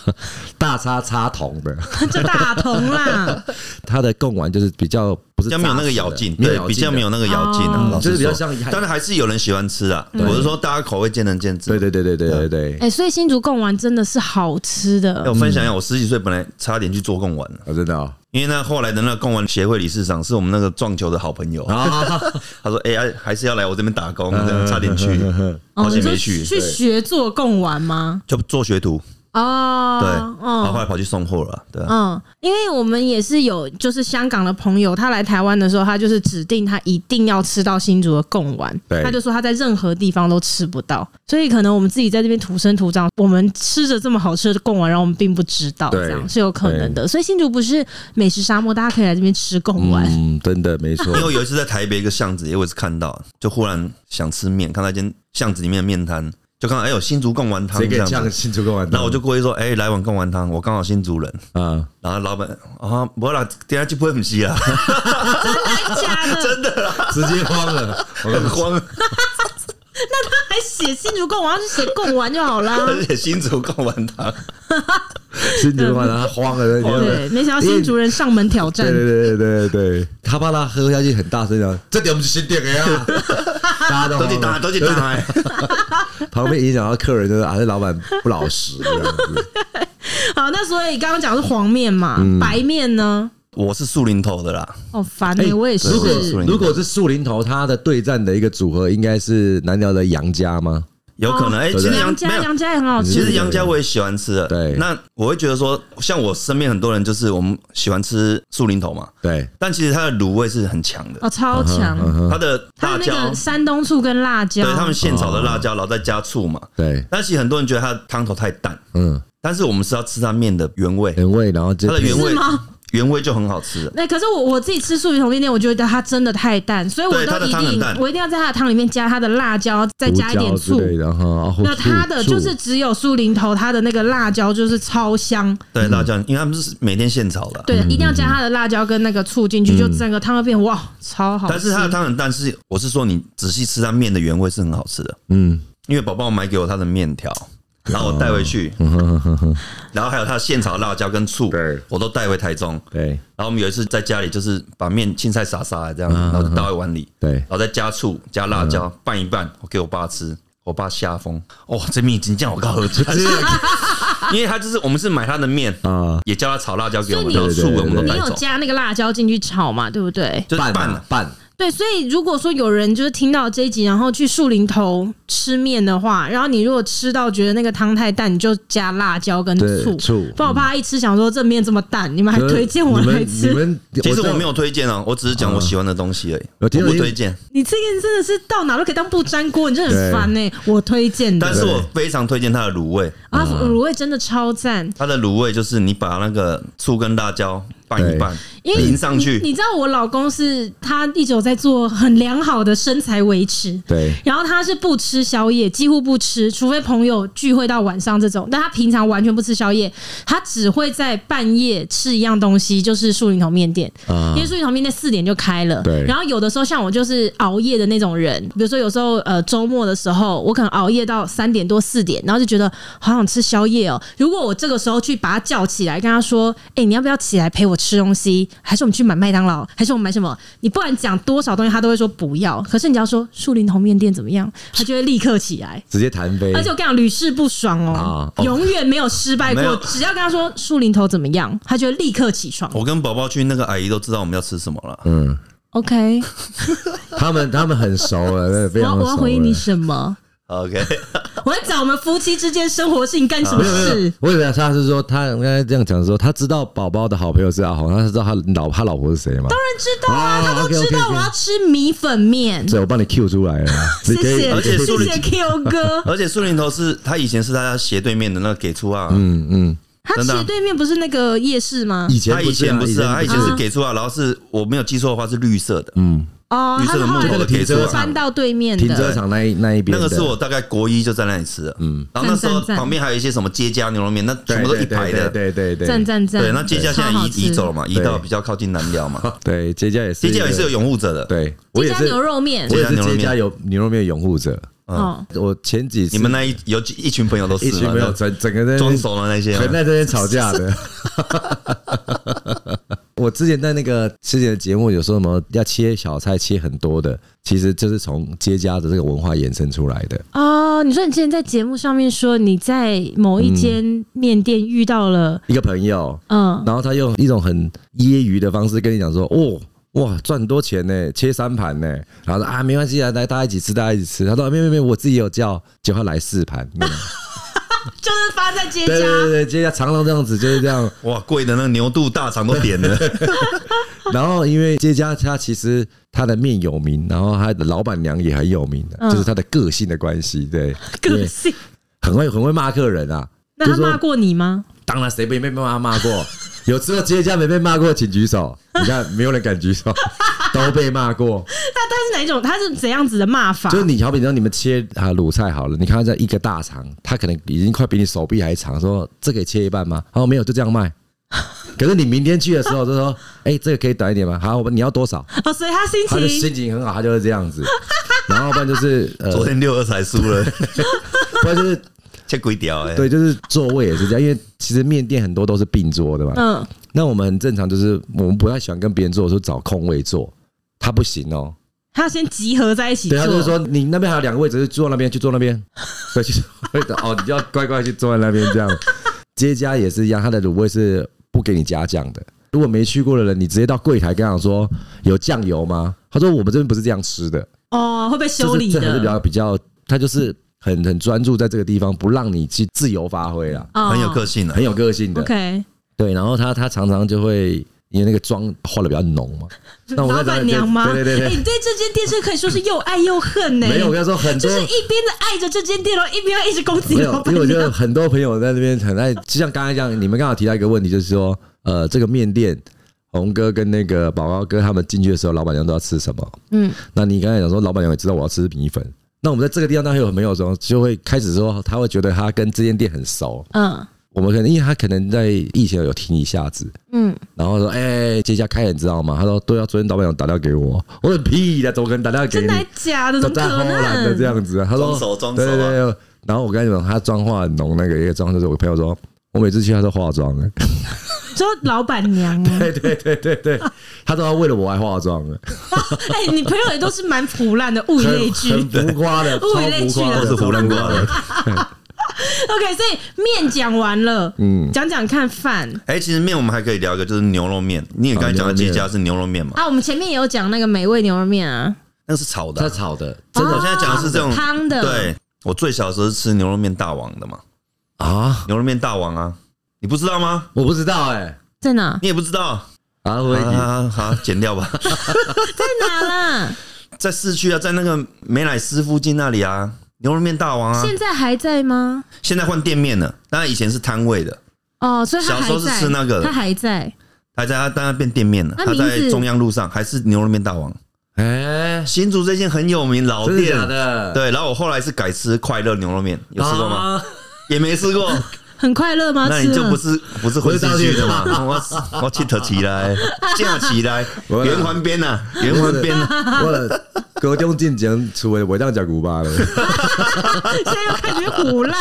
Speaker 2: 大叉插筒的，
Speaker 3: 就大同啦，
Speaker 2: 它的贡丸就是比较不是
Speaker 1: 比较没有那个
Speaker 2: 扎实的
Speaker 1: 咬劲，
Speaker 2: 没有
Speaker 1: 对
Speaker 2: 咬，
Speaker 1: 比
Speaker 2: 劲
Speaker 1: 较
Speaker 2: 的
Speaker 1: 没。有那个咬劲啊
Speaker 3: 哦，
Speaker 1: 老实
Speaker 2: 就是比较
Speaker 1: 说
Speaker 2: 像
Speaker 1: 当然还是有人喜欢吃啊。我是说，大家口味见仁见智。
Speaker 2: 对对对对对对对，
Speaker 1: 嗯
Speaker 3: 哎，所以新竹贡丸真的是好吃
Speaker 1: 哎，
Speaker 3: 的
Speaker 1: 我分享一下，我十几岁本来差点去做贡丸，
Speaker 2: 我知道
Speaker 1: 因为那后来的那个贡丸协会理事长是我们那个撞球的好朋友，
Speaker 2: 啊，嗯
Speaker 1: 他说：“哎，还还是要来我这边打工，这 样差点去，
Speaker 3: 哦，
Speaker 1: 好
Speaker 3: 你
Speaker 1: 险
Speaker 3: 说
Speaker 1: 没去，
Speaker 3: 去去学做贡丸吗？
Speaker 1: 就做学徒。
Speaker 3: 哦，
Speaker 1: 对，然后后
Speaker 3: 嗯。
Speaker 1: 来跑去送货了，对啊。
Speaker 3: 嗯，因为我们也是有，就是香港的朋友，他来台湾的时候，他就是指定他一定要吃到新竹的贡丸，
Speaker 2: 对
Speaker 3: 他就说他在任何地方都吃不到，所以可能我们自己在这边土生土长，我们吃着这么好吃的贡丸，然后我们并不知道，
Speaker 2: 对
Speaker 3: 这样是有可能的。所以新竹不是美食沙漠，大家可以来这边吃贡丸。
Speaker 2: 嗯，真的没错
Speaker 1: 因为，我有一次在台北一个巷子里，我也是看到，就忽然想吃面，看到一间巷子里面的面摊，就看到哎有新竹贡丸汤
Speaker 2: 谁
Speaker 1: 这
Speaker 2: 给
Speaker 1: 样
Speaker 2: 呛
Speaker 1: 子，
Speaker 2: 新竹贡丸汤？
Speaker 1: 那我就过去说，哎，来碗贡丸汤，我刚好新竹人。
Speaker 2: 啊，
Speaker 1: 然后老板啊，不啦，等下就不会不是啦，啊
Speaker 2: 嗯
Speaker 3: 假的，
Speaker 1: 真的啦，
Speaker 2: 直接慌了，我
Speaker 1: 很慌，
Speaker 3: 还写新竹贡丸，就写贡丸 就 好啦。
Speaker 1: 而且新竹贡丸汤，
Speaker 2: 新竹贡丸汤他慌了，那天
Speaker 3: 对，没想到新竹人上门挑战
Speaker 2: 对，对对对对，他怕他喝下去很大声啊，这点我们是新店的呀， 大家都
Speaker 1: 都去打，都去打，哎
Speaker 2: 旁边影响到客人，就是啊，这老板不老实这样子。
Speaker 3: 好，那所以刚刚讲的是黄面嘛，
Speaker 2: 嗯
Speaker 3: 白面呢？
Speaker 1: 我是树林头的啦，
Speaker 3: 好烦哎、
Speaker 2: 哎
Speaker 3: 我也是。
Speaker 2: 如果
Speaker 1: 树林头
Speaker 2: 如果是树林头，他的对战的一个组合应该是南寮的杨家吗？
Speaker 1: 有可能哎，其
Speaker 3: 哦
Speaker 1: 实
Speaker 3: 杨
Speaker 1: 杨
Speaker 3: 家
Speaker 1: 没有
Speaker 3: 杨家也很好吃，
Speaker 1: 其实杨家我也喜欢吃的，
Speaker 2: 对
Speaker 1: 那我会觉得说，像我身边很多人就是我们喜欢吃树林头嘛，
Speaker 2: 对，
Speaker 1: 但其实它的卤味是很强的，
Speaker 3: 哦
Speaker 2: 嗯
Speaker 3: 超强，
Speaker 1: 它的
Speaker 3: 它
Speaker 1: 辣
Speaker 3: 的那
Speaker 1: 椒
Speaker 3: 个，山东醋跟辣椒，
Speaker 1: 对他们现炒的辣椒，然后再加醋嘛。
Speaker 2: 对，
Speaker 1: 但其实很多人觉得它的汤头太淡，
Speaker 2: 嗯，
Speaker 1: 但是我们是要吃它面的原味，
Speaker 2: 原味，然后这
Speaker 1: 它的原
Speaker 3: 是
Speaker 1: 味
Speaker 3: 吗
Speaker 1: 原味就很好吃了。
Speaker 3: 那、哎可是我我自己吃素鱼同面店，我觉得它真的太淡，所以我
Speaker 1: 对
Speaker 3: 都
Speaker 1: 它的
Speaker 3: 一
Speaker 1: 汤很
Speaker 3: 定
Speaker 1: 淡
Speaker 3: 我一定要在它的汤里面加它的辣椒，再
Speaker 2: 胡
Speaker 3: 加一点
Speaker 2: 椒之
Speaker 3: 醋。
Speaker 2: 类的哈。哦
Speaker 3: 那它的就是只有树林头，它的那个辣椒就是超香，
Speaker 1: 对辣椒，因为他们是每天现炒的啊，
Speaker 3: 嗯对，
Speaker 2: 嗯
Speaker 3: 一定要加它的辣椒跟那个醋进去，就整个汤会变哇，超好吃。
Speaker 1: 但是它的汤很淡，是我是说你仔细吃它面的原味是很好吃的。
Speaker 2: 嗯，
Speaker 1: 因为宝宝买给我他的面条，然后我带回去，
Speaker 3: 嗯
Speaker 1: 然后还有他现炒辣椒跟醋
Speaker 2: 对，
Speaker 1: 我都带回台中。
Speaker 2: 对
Speaker 1: 然后我们有一次在家里，就是把面青菜撒撒这样子，
Speaker 3: 嗯
Speaker 1: 然后就倒在碗里，
Speaker 2: 对
Speaker 1: 然，后再加醋加辣椒拌一拌，我给我爸吃，我爸吓疯，哇，这面已经酱我靠喝醉， 因为他就是我们是买他的面
Speaker 2: 啊，
Speaker 1: 也叫他炒辣椒给我们，
Speaker 3: 所
Speaker 1: 然后
Speaker 3: 以你
Speaker 1: 醋我们都
Speaker 2: 对
Speaker 3: 你
Speaker 1: 带
Speaker 3: 有
Speaker 1: 走，
Speaker 3: 加那个辣椒进去炒嘛，对不对？
Speaker 1: 就是
Speaker 2: 拌
Speaker 1: 拌
Speaker 2: 啊
Speaker 1: 了。
Speaker 2: 拌，
Speaker 3: 对，所以如果说有人就是听到这一集，然后去树林头吃面的话，然后你如果吃到觉得那个汤太淡，你就加辣椒跟
Speaker 2: 对
Speaker 3: 醋。
Speaker 2: 醋嗯
Speaker 3: 不然我怕他一吃想说这面这么淡，你们还
Speaker 2: 可是
Speaker 3: 推荐我
Speaker 2: 你们
Speaker 3: 来吃
Speaker 2: 你。们
Speaker 1: 其实我没
Speaker 2: 有，
Speaker 1: 有推荐哦，我只是讲我喜欢的东西而已，
Speaker 2: 我
Speaker 1: 我
Speaker 2: 听到
Speaker 1: 不
Speaker 2: 一个
Speaker 1: 推荐。
Speaker 3: 你这个人真的是到哪都可以当不粘锅，你真的很
Speaker 2: 对
Speaker 3: 烦呢、我推荐
Speaker 1: 但
Speaker 3: 的
Speaker 1: 是我非常推荐它的卤味，
Speaker 3: 啊，
Speaker 2: 嗯
Speaker 3: 卤味真的超赞，
Speaker 1: 它的卤味就是你把那个醋跟辣椒拌一拌，
Speaker 3: 因为
Speaker 1: 淋上去
Speaker 3: 你你知道我老公是他一直有在做很良好的身材维持，
Speaker 2: 对
Speaker 3: 然后他是不吃宵夜，几乎不吃，除非朋友聚会到晚上这种。但他平常完全不吃宵夜，他只会在半夜吃一样东西，就是树林头面店。
Speaker 2: 啊
Speaker 3: 因为树林头面店四点就开了，
Speaker 2: 对
Speaker 3: 然后有的时候像我就是熬夜的那种人，比如说有时候呃周末的时候，我可能熬夜到三点多四点，然后就觉得好想吃宵夜哦。如果我这个时候去把他叫起来，跟他说：“哎、你要不要起来陪我吃东西？还是我们去买麦当劳？还是我们买什么？”你不管讲多少东西，他都会说不要。可是你只要说树林头面店怎么样，他就会立刻起来。
Speaker 2: 直接弹飞，
Speaker 3: 而且我跟你讲，屡试不爽哦，
Speaker 2: 啊
Speaker 3: 永远没有失败
Speaker 1: 没
Speaker 3: 过
Speaker 1: 有。
Speaker 3: 只要跟他说树林头怎么样，他就会立刻起床。
Speaker 1: 哦我跟宝宝去那个阿姨都知道我们要吃什么了。
Speaker 2: 嗯，
Speaker 3: OK，
Speaker 2: 他们他们很熟了，对非
Speaker 3: 我要
Speaker 2: 常熟了
Speaker 3: 我要回应你什么？
Speaker 1: OK，
Speaker 3: 我要讲我们夫妻之间生活事情干什
Speaker 2: 啊
Speaker 3: 么
Speaker 2: 没有没有没有
Speaker 3: 事？
Speaker 2: 我以为他是说他刚才这样讲的时候，他知道宝宝的好朋友是阿红，他知道他老他老婆是谁吗？当
Speaker 3: 知道啊，
Speaker 2: 哦
Speaker 3: 他都知
Speaker 2: OK，OK，OK
Speaker 3: 道我要吃米粉面。
Speaker 2: 对，我帮你 Q 出来 了，
Speaker 3: 谢
Speaker 2: 你啊可以
Speaker 3: 谢，
Speaker 1: 而且
Speaker 3: 谢
Speaker 1: 苏里
Speaker 3: 谢 Q 哥，
Speaker 1: 而且树林头是他以前是大家斜对面的那个给出啊，
Speaker 2: 嗯嗯，
Speaker 3: 他
Speaker 1: 真的啊
Speaker 3: 斜对面不是那个夜市吗？
Speaker 2: 以前
Speaker 1: 他以前不是啊，他以前
Speaker 3: 啊
Speaker 1: 是给出啊，然后是我没有记错的话是绿色的，
Speaker 3: 哦，
Speaker 1: 绿
Speaker 3: 他
Speaker 1: 色
Speaker 3: 们
Speaker 1: 的
Speaker 3: 后
Speaker 1: 木
Speaker 3: 来
Speaker 1: 头的
Speaker 2: 停
Speaker 1: 给出
Speaker 2: 车
Speaker 1: 啊
Speaker 2: 场。
Speaker 3: 搬到对面
Speaker 2: 停车
Speaker 3: 的。
Speaker 2: 场那一那一边
Speaker 1: 嗯那
Speaker 2: 的，
Speaker 1: 个是我大概国一就在那里吃的，嗯，然后那时候
Speaker 3: 赞赞赞
Speaker 1: 旁边还有一些什么街家牛肉面，那
Speaker 2: 对
Speaker 1: 全部都一排的，
Speaker 2: 对对对
Speaker 3: 赞
Speaker 2: 对
Speaker 3: 赞赞！
Speaker 1: 对，那街家现在
Speaker 3: 超好吃
Speaker 1: 移移走了嘛，移
Speaker 2: 对
Speaker 1: 到比较靠近南寮 嘛，
Speaker 2: 对，接家也是
Speaker 1: 街
Speaker 2: 一个，
Speaker 1: 家也是有拥护者的，
Speaker 2: 对，我
Speaker 3: 这
Speaker 2: 也
Speaker 3: 家
Speaker 2: 是，
Speaker 3: 牛肉面
Speaker 2: 我也嗯
Speaker 1: 街
Speaker 2: 是
Speaker 1: 家牛肉
Speaker 2: 接
Speaker 1: 面
Speaker 2: 家有牛肉面拥护者。
Speaker 3: 哦，
Speaker 2: 我前几次
Speaker 1: 你们那一有几一群朋友都是
Speaker 2: 一群
Speaker 1: 嘛
Speaker 2: 朋友整整个在那边
Speaker 1: 装熟了啊那些嘛，
Speaker 2: 全在这边吵架的。 我之前在那个之前的节目有说什么要切小菜切很多的，其实就是从接家的这个文化衍生出来的。
Speaker 3: 哦，你说你之前在节目上面说你在某一间面店遇到了，
Speaker 2: 一个朋友，
Speaker 3: 嗯，
Speaker 2: 然后他用一种很揶揄的方式跟你讲说：“哦，哇，赚很多钱呢，切三盘呢。”然后说：“啊，没关系啊，来大家一起吃，大家一起吃。”他说：“啊没有没有没有，我自己有叫，结果他来四盘。没 有”
Speaker 3: 就是发在街
Speaker 2: 对对对
Speaker 3: 家，
Speaker 2: 对，接家常常这样子就是这样。
Speaker 1: 哇，贵的那个牛肚大肠都点了，
Speaker 2: 然后因为这家他其实他的面有名，然后他的老板娘也很有名的，
Speaker 3: 嗯
Speaker 2: 就是他的个性的关系，对，
Speaker 3: 个性。
Speaker 2: 很会很会骂客人啊。
Speaker 3: 那
Speaker 2: 就
Speaker 3: 他
Speaker 2: 是
Speaker 3: 骂
Speaker 2: 说，
Speaker 3: 过你吗？
Speaker 2: 当然谁没被骂骂 过？有吃过接家没被骂过，请举手。你看，没有人敢举手，都被骂过。
Speaker 3: 那他是哪一种？他是怎样子的骂法？
Speaker 2: 就是你好比你说你们切啊卤菜好了，你看他这一个大肠，他可能已经快比你手臂还长，说这个也切一半吗？哦，没有，就这样卖。可是你明天去的时候就说，哎、这个可以短一点吗？好，我们你要多少？
Speaker 3: 哦，所以他心
Speaker 2: 他的
Speaker 3: 情
Speaker 2: 心情很好，他就是这样子。然后不然就是呃，
Speaker 1: 昨天六二才输了，
Speaker 2: 不然就是
Speaker 1: 这鬼屌哎，
Speaker 2: 对，就是座位也是这样，因为其实面店很多都是并桌的嘛。
Speaker 3: 嗯，
Speaker 2: 那我们很正常，就是我们不太喜欢跟别人坐，说找空位坐，他不行哦。
Speaker 3: 他要先集合在一起
Speaker 2: 对，他就是
Speaker 3: 做。
Speaker 2: 说你那边还有两个位置，就坐那边去坐那边，对，去坐哦，你就要乖乖去坐在那边这样。接家也是一样，他的卤味是不给你加酱的。如果没去过的人，你直接到柜台跟他讲说有酱油吗？他说我们这边不是这样吃的。
Speaker 3: 哦，会被修理
Speaker 2: 就是这还是比
Speaker 3: 的。
Speaker 2: 较比较，他就是很很专注在这个地方，不让你去自由发挥啦，
Speaker 3: 哦
Speaker 1: 很有个性啊
Speaker 2: 很。有个性的。
Speaker 3: OK，
Speaker 2: 对，然后他他常常就会因为那个妆化的比较浓嘛，那我
Speaker 3: 老
Speaker 2: 跟他
Speaker 3: 板娘吗？
Speaker 2: 对对对
Speaker 3: 哎
Speaker 2: 对，
Speaker 3: 你对这间店是可以说是又爱又恨呢、
Speaker 2: 没有，我跟他说很
Speaker 3: 就
Speaker 2: 多。
Speaker 3: 是一边的爱着这间店，然后一边要一直攻击
Speaker 2: 没有
Speaker 3: 老，
Speaker 2: 因
Speaker 3: 板
Speaker 2: 为我觉得
Speaker 3: 娘。
Speaker 2: 很多朋友在那边很爱，就像刚才这样，你们刚好提到一个问题，就是说，呃，这个面店，红哥跟那个宝宝哥他们进去的时候，老板娘都要吃什么？
Speaker 3: 嗯，
Speaker 2: 那你刚才讲说，老板娘也知道我要吃米粉，那我们在这个地方，当然有朋友说就会开始说，他会觉得他跟这间店很熟，
Speaker 3: 嗯
Speaker 2: 我们可能因为他可能在疫情有停一下子，
Speaker 3: 嗯，
Speaker 2: 然后说：“哎、接下开了，你知道吗？”他说：“对啊，昨天老板有打电话给我。”我说：“屁的，怎么可能打电话给
Speaker 3: 真
Speaker 2: 你
Speaker 3: 的还？假的？怎么
Speaker 2: 在
Speaker 3: 可
Speaker 2: 荷兰的
Speaker 3: 能？
Speaker 2: 这样子啊。”他说：“
Speaker 1: 装熟装熟
Speaker 2: 对
Speaker 1: 啊
Speaker 2: 对对。”然后我跟你讲，他妆化很浓，那个一个妆就是我朋友说，我每次去他都化妆的，
Speaker 3: 说老板娘啊，
Speaker 2: 对对对对对，他说他为了我还化妆啊的，
Speaker 3: 哎、你朋友也都是蛮腐烂的，物以类
Speaker 2: 很
Speaker 3: 聚。
Speaker 2: 很浮夸 的，超
Speaker 3: 物以类
Speaker 2: 浮
Speaker 3: 聚
Speaker 2: 夸
Speaker 3: 啊
Speaker 2: 的，
Speaker 1: 都是胡乱瓜的。
Speaker 3: OK，所以面讲完了，嗯，讲讲看饭
Speaker 1: 哎，其实面我们还可以聊一个，就是牛肉面。你也刚才讲
Speaker 2: 哦
Speaker 1: 到街家是牛肉面嘛，
Speaker 3: 啊。我们前面也有讲那个美味牛肉面啊，
Speaker 1: 那个是炒的
Speaker 2: 他
Speaker 1: 啊。
Speaker 2: 炒的，
Speaker 1: 真的，我现在讲的是这种
Speaker 3: 哦汤的
Speaker 1: 对我最小的时候是吃牛肉面大王的嘛，
Speaker 2: 啊，
Speaker 1: 牛肉面大王啊，你不知道吗？
Speaker 2: 我不知道哎、
Speaker 3: 在哪？
Speaker 1: 你也不知道
Speaker 2: 啊，我
Speaker 1: 啊？好，剪掉 吧。
Speaker 3: 在哪啦？
Speaker 1: 在市区啊，在那个美乃斯附近那里啊，牛肉面大王啊，
Speaker 3: 现在还在吗？
Speaker 1: 现在换店面了，当然以前是摊位的，
Speaker 3: 哦，所以他
Speaker 1: 小时
Speaker 3: 还
Speaker 1: 候是
Speaker 3: 在，
Speaker 1: 吃那个的
Speaker 3: 他还在。
Speaker 1: 他在他当然变店面了，
Speaker 3: 那
Speaker 1: 他
Speaker 3: 名字
Speaker 1: 在中央路上还是牛肉面大王。
Speaker 2: 哎，
Speaker 1: 新竹这间很有名老
Speaker 2: 真的
Speaker 1: 店
Speaker 2: 假的？
Speaker 1: 对，然后我后来是改吃快乐牛肉面，有吃过吗？
Speaker 2: 啊？
Speaker 1: 也没吃过，
Speaker 3: 很快乐吗？
Speaker 1: 那
Speaker 3: 吃
Speaker 1: 你就
Speaker 3: 了
Speaker 1: 不是不是混市区的嘛？我我气头起来，架起来，
Speaker 2: 我
Speaker 1: 圆环边呐，圆环边啊呐，
Speaker 2: 啊我高中进前除了我这样讲古 巴了，
Speaker 3: 现在又开始虎烂，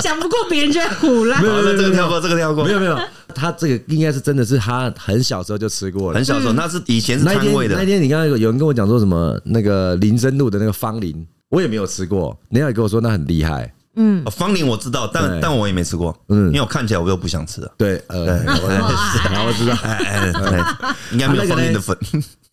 Speaker 3: 讲不过别人就会虎烂
Speaker 1: 好，。那这个跳过，这个跳过
Speaker 2: 没。有没有，他这个应该是真的是他很小时候就吃过了
Speaker 1: 很。小时候，那是以前是
Speaker 2: 那一
Speaker 1: 摊位
Speaker 2: 天那
Speaker 1: 的，
Speaker 2: 一天，你刚刚有有人跟我讲说什么那个林森路的那个芳林，我也没有吃过，人家也跟我说那很厉害，
Speaker 1: 嗯，方林我知道，但
Speaker 2: 对
Speaker 1: 但我也没吃过，
Speaker 2: 嗯
Speaker 1: 因为我看起来我又不想吃啊。
Speaker 2: 对，呃，
Speaker 1: 对
Speaker 2: 我知道，我知道。
Speaker 1: 哎 哎，哎应该没
Speaker 2: 啊
Speaker 1: 有方林的粉，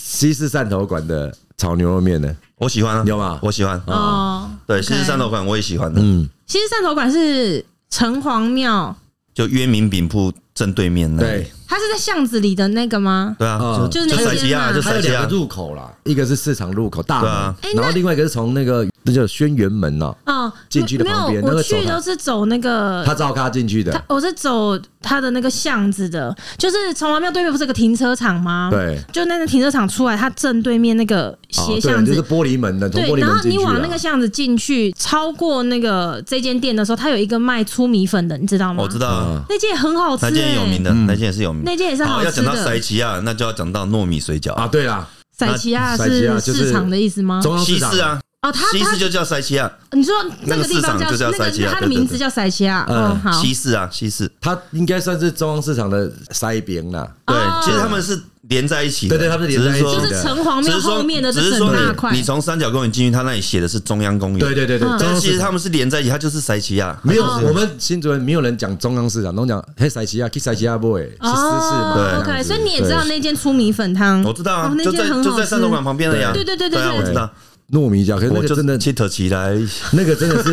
Speaker 2: 西式汕头馆的炒牛肉面呢？
Speaker 1: 我喜欢啊，
Speaker 2: 有吗嗯
Speaker 1: 我喜欢，
Speaker 3: 哦，
Speaker 1: 对，其实
Speaker 3: OK
Speaker 1: 汕头馆我也喜欢的，
Speaker 3: 其实汕头馆是城隍庙，
Speaker 1: 就约民饼铺正对面那里
Speaker 2: 对，
Speaker 3: 它是在巷子里的那个吗？
Speaker 1: 对啊，
Speaker 2: 嗯
Speaker 1: 就
Speaker 3: 就是那
Speaker 1: 塞吉
Speaker 3: 边
Speaker 1: 亚，
Speaker 3: 嘛
Speaker 1: 就
Speaker 2: 它
Speaker 1: 塞
Speaker 2: 有
Speaker 1: 吉
Speaker 2: 两
Speaker 1: 亚
Speaker 2: 个，入口啦，一个是市场入口大
Speaker 1: 对啊
Speaker 2: 门，然后另外一个是从那个那叫轩辕门呐，
Speaker 3: 嗯，
Speaker 2: 进去的
Speaker 3: 没有
Speaker 2: 旁边，那
Speaker 3: 我
Speaker 2: 个
Speaker 3: 去
Speaker 2: 走
Speaker 3: 都
Speaker 2: 廊
Speaker 3: 是走那个
Speaker 2: 他照咖进去
Speaker 3: 呃他
Speaker 2: 的，
Speaker 3: 我是走他的那个巷子的，就是城隍庙对面不是有个停车场吗？，
Speaker 2: 对，
Speaker 3: 就那个停车场出来，它正对面那个啊斜
Speaker 2: 哦
Speaker 3: 巷
Speaker 2: 对，就
Speaker 3: 子。
Speaker 2: 是玻璃门的，从
Speaker 3: 对
Speaker 2: 玻，璃
Speaker 3: 然
Speaker 2: 门
Speaker 3: 后
Speaker 2: 进
Speaker 3: 你
Speaker 2: 去
Speaker 3: 往那个
Speaker 2: 啊。
Speaker 3: 巷子进去，超过那个这间店的时候，它有一个卖粗米粉的，你知道吗？
Speaker 1: 我知道啊，
Speaker 3: 那间也很好吃、
Speaker 1: 那
Speaker 3: 欸，
Speaker 1: 间也有名的，那间也是有名的，
Speaker 3: 那间也是好
Speaker 1: 好，要
Speaker 3: 吃
Speaker 1: 讲到塞
Speaker 3: 的。
Speaker 1: 吉亚，那就要讲到糯米水饺
Speaker 2: 啊，，对啦，
Speaker 3: 塞奇亚
Speaker 2: 塞奇亚就
Speaker 3: 是
Speaker 2: 是
Speaker 3: 市场的意思吗？
Speaker 2: 中央
Speaker 1: 西
Speaker 2: 市场
Speaker 1: 式，啊，
Speaker 3: 哦，它
Speaker 1: 西
Speaker 3: 它
Speaker 1: 式就叫塞吉亚，
Speaker 3: 你说那
Speaker 1: 那个
Speaker 3: 个地方
Speaker 1: 市场就叫
Speaker 3: 那
Speaker 1: 塞奇
Speaker 3: 个
Speaker 1: 亚
Speaker 3: 它的
Speaker 1: 对对
Speaker 3: 名
Speaker 1: 对
Speaker 3: 字叫塞奇亚。
Speaker 2: 嗯
Speaker 3: 嗯，好，
Speaker 1: 西式啊，西式，
Speaker 2: 它应该算是中央市场的塞边啦。
Speaker 1: 对
Speaker 3: 哦，
Speaker 1: 其实他们是连在一起的，
Speaker 2: 对对他们是连在一起的
Speaker 1: 只
Speaker 3: 就是
Speaker 1: 说
Speaker 3: 是城隍
Speaker 1: 只
Speaker 3: 庙
Speaker 1: 是说
Speaker 3: 后面的
Speaker 1: 只
Speaker 3: 这
Speaker 1: 是
Speaker 3: 整
Speaker 1: 说
Speaker 3: 大
Speaker 1: 你
Speaker 3: 块。
Speaker 1: 你从三角公园进去，它那里写的是中央公园，
Speaker 2: 对对对对，中央
Speaker 3: 嗯
Speaker 1: 但其
Speaker 2: 市
Speaker 1: 实
Speaker 2: 场
Speaker 1: 他们是连在一起，它就是塞奇亚，
Speaker 2: 没有
Speaker 3: 哦，
Speaker 2: 我们新主任没有人讲中央市场，都讲黑塞奇亚、去塞奇亚 boy 是私事嘛。
Speaker 1: 对嗯
Speaker 3: 哦
Speaker 2: 这样
Speaker 3: ，OK，
Speaker 2: 子
Speaker 3: 所以你也知道
Speaker 2: 对
Speaker 3: 那间粗米粉汤，
Speaker 1: 我知道啊
Speaker 3: 哦，那
Speaker 1: 就在
Speaker 3: 间很好
Speaker 1: 就在
Speaker 3: 吃
Speaker 1: 三总馆旁边的呀，
Speaker 3: 对对对对
Speaker 1: 啊，
Speaker 3: 对
Speaker 1: 我知道，
Speaker 2: 糯米饺，可是那
Speaker 1: 我
Speaker 2: 个
Speaker 1: 就
Speaker 2: 真的，
Speaker 1: 切特起来，
Speaker 2: 那个真的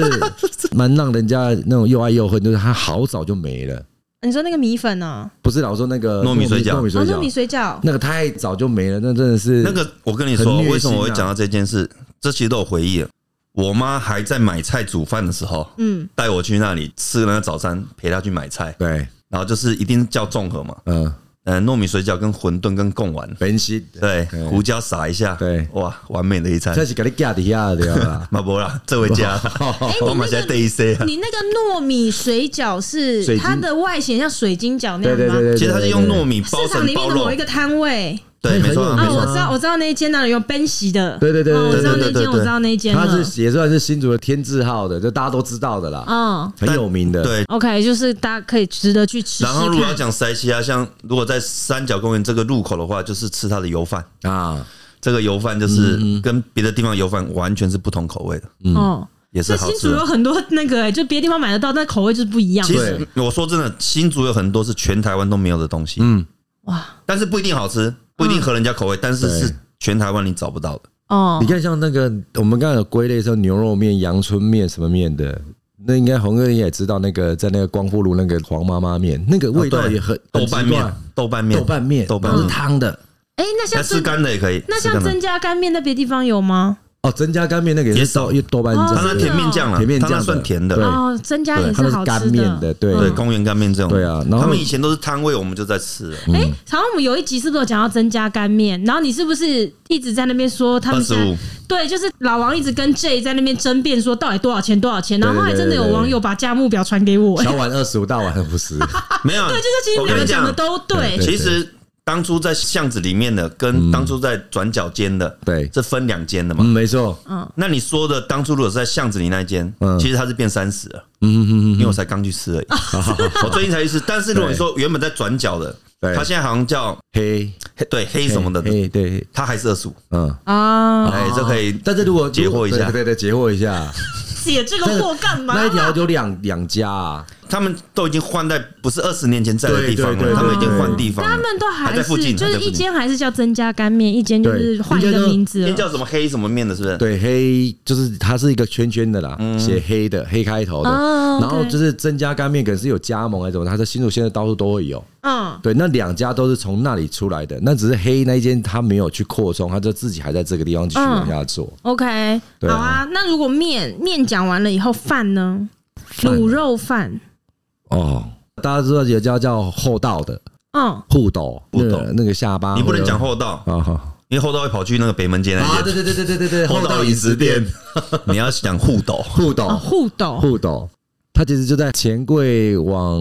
Speaker 2: 是蛮让人家那种又爱又恨，就是它好早就没了。
Speaker 3: 你说那个米粉哦，
Speaker 2: 不是老说那个
Speaker 1: 糯米水饺
Speaker 2: 糯米水
Speaker 3: 哦，糯米
Speaker 2: 饺，
Speaker 3: 水饺，
Speaker 2: 那个太早就没了，那真的是
Speaker 1: 那个我跟你
Speaker 2: 很
Speaker 1: 说，
Speaker 2: 虐心啊
Speaker 1: 为什么我会讲到这件事？这其实都有回忆了。我妈还在买菜煮饭的时候，
Speaker 3: 嗯，
Speaker 1: 带我去那里吃了那个早餐，陪她去买菜，
Speaker 2: 对，
Speaker 1: 然后就是一定叫综合嘛，
Speaker 2: 嗯，
Speaker 1: 嗯，糯米水饺跟馄饨跟贡丸，
Speaker 2: 本西
Speaker 1: 对，
Speaker 2: 对
Speaker 1: 胡椒撒一下，
Speaker 2: 对
Speaker 1: 哇，完美的一餐。
Speaker 2: 这。是给你架底下的啦
Speaker 1: 马博啦，这回家， 我马现在一 C 啊。
Speaker 3: 你那个糯米水饺
Speaker 2: 水
Speaker 3: 是
Speaker 2: 晶
Speaker 3: 它的外形像水晶饺那
Speaker 2: 对
Speaker 3: 样
Speaker 2: 对
Speaker 3: 吗？
Speaker 2: 对对，
Speaker 1: 其实它是用糯
Speaker 2: 米，
Speaker 1: 米包
Speaker 3: 市场
Speaker 1: 成
Speaker 3: 里
Speaker 1: 包
Speaker 3: 面的
Speaker 1: 肉
Speaker 3: 某一，个摊位
Speaker 1: 对，没错啊，
Speaker 2: 很
Speaker 1: 没
Speaker 3: 啊，
Speaker 2: 有名
Speaker 1: 错
Speaker 3: 我
Speaker 1: 啊。
Speaker 3: 知道，我知道那一间那里有 Ben 席的，
Speaker 2: 对对对
Speaker 3: 哦我
Speaker 2: 对
Speaker 3: 知道
Speaker 1: 对对
Speaker 3: 那
Speaker 1: 对
Speaker 3: 间，我知道那间
Speaker 2: 它
Speaker 3: 了，
Speaker 2: 是也算是新竹的天字号的，就大家都知道的啦，
Speaker 3: 嗯
Speaker 2: 很有名的。
Speaker 1: 对
Speaker 3: OK，就是大家可以值得去吃吃
Speaker 1: 然后如果要
Speaker 3: 看。
Speaker 1: 讲塞西啊，像如果在三角公园这个入口的话，就是吃它的油饭。
Speaker 2: 啊，
Speaker 1: 这个油饭就是跟别的地方油饭完全是不同口味的，
Speaker 3: 哦，
Speaker 1: 也嗯是
Speaker 3: 在
Speaker 1: 好
Speaker 3: 新
Speaker 1: 吃
Speaker 3: 竹有
Speaker 1: 的。
Speaker 3: 很多那个，哎，就别的地方买得到，但口味就是不一样
Speaker 1: 其
Speaker 3: 的。
Speaker 1: 实我说真的，新竹有很多是全台湾都没有的东西，嗯，
Speaker 3: 哇，嗯
Speaker 1: 但是不一定好吃，不一定合人家口味，但是
Speaker 2: 对
Speaker 1: 是全台湾你找不到的。
Speaker 3: 哦
Speaker 2: 你，看像那个我们刚刚有归类说牛肉面、阳春面什么面的。那应该红哥你也知道，那个在那个光复路那个黄妈妈面，那个味道
Speaker 1: 哦对
Speaker 2: 也很
Speaker 1: 豆瓣面，豆瓣
Speaker 2: 很奇
Speaker 1: 面，
Speaker 2: 怪豆瓣面，
Speaker 1: 豆瓣
Speaker 2: 然后是
Speaker 1: 面，
Speaker 2: 汤的
Speaker 3: 哎，那
Speaker 1: 那
Speaker 3: 嗯像
Speaker 1: 吃
Speaker 3: 真
Speaker 1: 干的也可以，
Speaker 3: 那
Speaker 1: 吃干
Speaker 3: 像
Speaker 1: 的
Speaker 3: 增加干面，那别的地方有吗？
Speaker 2: 哦，增加干面那个也
Speaker 1: 也
Speaker 2: 是豆豆瓣
Speaker 1: 它那
Speaker 2: 酱，
Speaker 1: 甜面酱了，
Speaker 2: 甜面
Speaker 1: 它
Speaker 2: 酱
Speaker 1: 那
Speaker 2: 的
Speaker 1: 算甜
Speaker 2: 对
Speaker 1: 的，
Speaker 3: 哦，增加
Speaker 1: 对
Speaker 3: 也
Speaker 2: 他们是
Speaker 3: 好
Speaker 2: 干
Speaker 3: 吃
Speaker 2: 面的对
Speaker 1: 对，
Speaker 3: 嗯
Speaker 1: 公园干面这种，
Speaker 2: 对啊然后
Speaker 1: 他们以前都是摊位，我们就在吃了，
Speaker 3: 哎，好像我们有一集是不是有讲到增加干面？然后你是不是一直在那边说他们现
Speaker 1: 25
Speaker 3: 在对，就是老王一直跟 J 在那边争辩说到底多少钱多少钱，然后后来真的有网友把价目表传给我，哎
Speaker 2: 小碗二十五，大碗 五十。
Speaker 1: 没有，对，啊
Speaker 3: 啊就是其实
Speaker 1: 我
Speaker 3: 两
Speaker 1: 跟
Speaker 3: 个
Speaker 1: 你
Speaker 3: 讲的
Speaker 1: 讲，
Speaker 3: 都
Speaker 2: 对，
Speaker 3: 对
Speaker 2: 嗯
Speaker 1: 其实当初在巷子里面的，跟当初在转角间的，
Speaker 2: 对
Speaker 1: 这分两间的嘛
Speaker 2: 嗯，。没错，
Speaker 1: 那你说的当初如果是在巷子里那一间
Speaker 2: 嗯，
Speaker 1: 其实它是变三十了，
Speaker 2: 嗯嗯嗯，
Speaker 1: 因为我才刚去吃 而已，我最近才去吃。但是如果你说原本在转角的
Speaker 2: 对，
Speaker 1: 它现在好像叫
Speaker 2: 黑
Speaker 1: 黑对黑什么的，
Speaker 2: 黑对，
Speaker 1: 它还是二十五，
Speaker 2: 嗯。
Speaker 3: 啊，
Speaker 1: 哎，这可以。
Speaker 2: 但是如果
Speaker 1: 截获一下
Speaker 2: 对对对，截获一下，
Speaker 3: 姐这个货干嘛？
Speaker 2: 那一条有两两家啊，
Speaker 1: 他们都已经换在不是二十年前在的地方
Speaker 2: 对对
Speaker 1: 了，
Speaker 2: 对
Speaker 1: 他们已经换地方了，
Speaker 3: 他们都
Speaker 1: 啊还
Speaker 3: 是
Speaker 1: 在附近，
Speaker 3: 就
Speaker 1: 还
Speaker 3: 是
Speaker 1: 在附
Speaker 3: 一
Speaker 1: 近
Speaker 3: 间还是叫增加干面，一间就是换一
Speaker 2: 对应该
Speaker 3: 个
Speaker 2: 都
Speaker 3: 名字
Speaker 1: 那
Speaker 3: 了。
Speaker 1: 叫什么黑什么面的，是不是？
Speaker 2: 对黑就是它是一个圈圈的啦，
Speaker 1: 嗯
Speaker 2: 写黑的黑开头的，
Speaker 3: 哦
Speaker 2: 然后
Speaker 3: OK
Speaker 2: 就是增加干面，可能是有加盟还是什么，它在新竹现在到处都会有。
Speaker 3: 嗯，
Speaker 2: 对，那两家都是从那里出来的，那只是黑那一间他没有去扩充，他就自己还在这个地方继续
Speaker 3: 嗯
Speaker 2: 往下做。
Speaker 3: OK，
Speaker 2: 对啊
Speaker 3: 好啊。那如果面面讲完了以后，饭呢？
Speaker 2: 饭
Speaker 3: 卤肉饭，
Speaker 2: 哦，大家知道有一家叫厚道的
Speaker 3: 嗯，
Speaker 2: 护斗，
Speaker 1: 护斗
Speaker 2: 那个那个下巴，
Speaker 1: 你不能讲厚道，
Speaker 2: 啊哈
Speaker 1: 因为厚道会跑去那个北门街那
Speaker 2: 啊，
Speaker 1: 边。
Speaker 2: 对对对对对对对，
Speaker 1: 厚道饮食店， 你要想互 斗，
Speaker 2: 护斗
Speaker 3: 哦互斗，
Speaker 2: 护斗，它其实就在钱柜往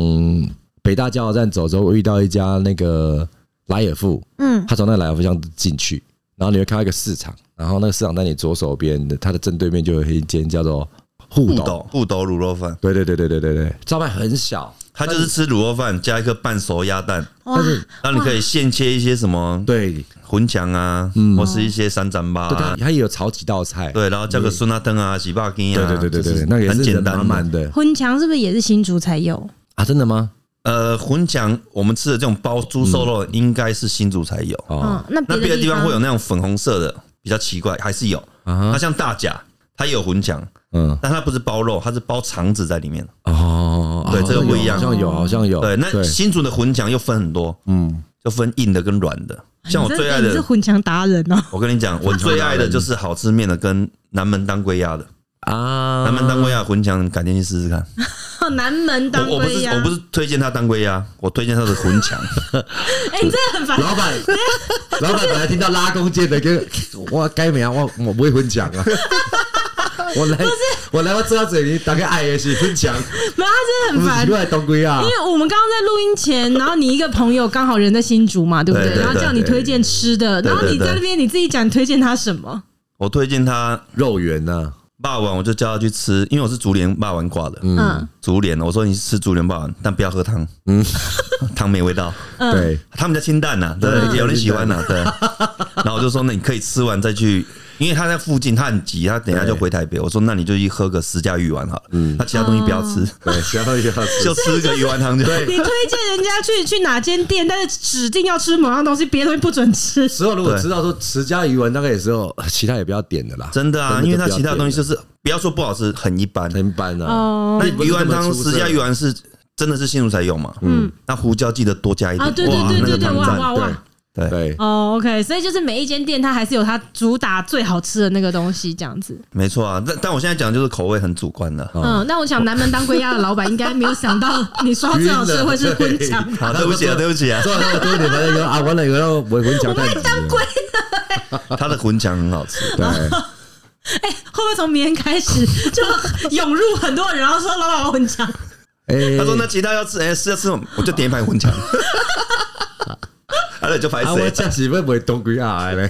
Speaker 2: 北大加油站走之后，我遇到一家那个莱尔富，
Speaker 3: 嗯
Speaker 2: 他从那个莱尔富巷进去，然后你会看到一个市场，然后那个市场在你左手边的，它的正对面就有一间叫做护
Speaker 1: 互
Speaker 2: 斗
Speaker 1: 斗，互斗卤肉饭，
Speaker 2: 对对对对对对对，招牌很小，
Speaker 1: 它就是吃卤肉饭加一颗半熟鸭蛋，
Speaker 3: 哇，
Speaker 2: 但是
Speaker 1: 然后你可以现切一些什么
Speaker 2: 对
Speaker 1: 混墙啊，或是一些山珍吧
Speaker 2: 嗯对，它
Speaker 1: 啊，
Speaker 2: 它也有炒几道菜，
Speaker 1: 对，然后加个酸辣汤啊、洗巴羹啊，
Speaker 2: 对对对对
Speaker 1: 就
Speaker 2: 对
Speaker 1: 是
Speaker 2: 对，那个也
Speaker 1: 很
Speaker 2: 是
Speaker 1: 简
Speaker 2: 人满
Speaker 1: 单的。
Speaker 2: 满的
Speaker 3: 混墙是不是也是新竹才有？
Speaker 2: 啊，真的吗？
Speaker 1: 呃，混墙我们吃的这种包猪瘦肉
Speaker 2: 嗯
Speaker 1: 应该是新竹才有，
Speaker 2: 哦
Speaker 3: 嗯，那
Speaker 1: 那
Speaker 3: 别
Speaker 1: 别
Speaker 3: 的
Speaker 1: 的地方
Speaker 3: 方
Speaker 1: 会有那种粉红色的，比较奇怪，还是有。
Speaker 2: 啊
Speaker 1: 那
Speaker 2: 哈，
Speaker 1: 像大甲，它也有混墙，
Speaker 2: 嗯
Speaker 1: 但它不是包肉，它是包肠子在里面。
Speaker 2: 哦，
Speaker 1: 对
Speaker 2: 哦
Speaker 1: 这个不一样
Speaker 2: 好像有，好像有，
Speaker 1: 对，那新竹的混墙又分很多，
Speaker 2: 嗯，
Speaker 1: 就分硬的跟软的。像我
Speaker 3: 你真
Speaker 1: 最爱
Speaker 3: 哎你是
Speaker 1: 的，
Speaker 3: 混墙达人哦。
Speaker 1: 我跟你讲，我最 爱的就是好吃面的跟南门当归鸭的。
Speaker 2: 啊，
Speaker 1: 南门当归鸭混墙，你改天去试试看。
Speaker 3: 哦 南门当
Speaker 1: 我我不
Speaker 3: 归啊
Speaker 1: 是
Speaker 3: 呀，
Speaker 1: 我不是推荐它当归鸭，我推荐它的混墙。
Speaker 3: 哎，你真的很 烦。
Speaker 2: 老 板，老板本来听到拉弓箭的跟我该没啊，我我不会混讲 啊。我来，我来，我知道嘴里打开 I S 分 享，
Speaker 3: 没有，他真
Speaker 2: 不
Speaker 3: 的很
Speaker 2: 是
Speaker 3: 烦
Speaker 2: 奇。怪东归啊
Speaker 3: 因，为我们刚刚在录音前，然后你一个朋友刚好人在新竹嘛，对不
Speaker 1: 对对
Speaker 3: 然后叫你
Speaker 2: 对对
Speaker 3: 推荐吃的，
Speaker 1: 对
Speaker 3: 然后你
Speaker 1: 对对
Speaker 3: 在那边你自己讲推荐他什么？
Speaker 1: 我推荐它
Speaker 2: 肉圆
Speaker 1: 啊
Speaker 2: 呐，
Speaker 1: 霸王，我就叫它去吃，因为我是竹联霸王挂的。
Speaker 3: 嗯
Speaker 1: 竹联，我说你吃竹联霸王，但不要喝汤，
Speaker 2: 嗯，
Speaker 1: 汤没味道。
Speaker 3: 嗯
Speaker 2: 对，
Speaker 1: 他们家清淡呐、啊
Speaker 2: 嗯
Speaker 1: 对，有人喜欢呐、啊对。然后我就说，那你可以吃完再去，因为他在附近，他很急，他等一下就回台北。我说，那你就去喝个十家鱼丸好了，那其他东西不要吃，
Speaker 2: 对，其他东西要吃
Speaker 1: 就吃个鱼丸汤就好。
Speaker 3: 你推荐人家去去哪间店，但是指定要吃某样东西，别的东西不准 吃。
Speaker 2: 之后如果
Speaker 1: 对
Speaker 2: 知道说持家鱼丸，大概也是哦，其他也不要点的啦，
Speaker 1: 真的啊，
Speaker 2: 真的
Speaker 1: 因为他其他东西
Speaker 2: 就
Speaker 1: 就是不要说不好吃，很一般
Speaker 2: 不要。点了很一般啊，
Speaker 3: 哦
Speaker 1: 那
Speaker 2: 不是
Speaker 1: 鱼
Speaker 2: 这么
Speaker 1: 丸汤
Speaker 2: 出色
Speaker 1: 十家鱼丸是真的是新竹才有嘛？嗯，那胡椒记得多加一点。
Speaker 3: 啊，对对
Speaker 1: 哇
Speaker 3: 对
Speaker 1: 那
Speaker 3: 对
Speaker 1: 个
Speaker 3: 对，
Speaker 1: 汤
Speaker 3: 哇哇
Speaker 1: 赞。
Speaker 3: 哇！
Speaker 1: 对，
Speaker 2: 对，
Speaker 3: 哦，OK，所以就是每一间店它还是有它主打最好吃的那个东西，这样子。
Speaker 1: 没错啊。但但我现在讲的就是口味很主 观的
Speaker 3: 嗯，那我想南门当归鸭的老板应该没有想到你说最好吃的会是荤肠。
Speaker 1: 啊。对不起啊， 对不起啊，
Speaker 2: 做了那么多年，反正有啊，完了以后我混讲太急了，
Speaker 1: 他的混肠很好吃。
Speaker 2: 对。
Speaker 3: 哎， 会不会从明天开始就涌入很多人，然后说老板我很强？
Speaker 2: 哎
Speaker 1: 他说：“那其他要吃，哎、是要吃什么？我就点一盘 混肠。”啊，那你就拍
Speaker 2: 啊，我
Speaker 1: 谁？
Speaker 2: 这是要卖东归啊嘞，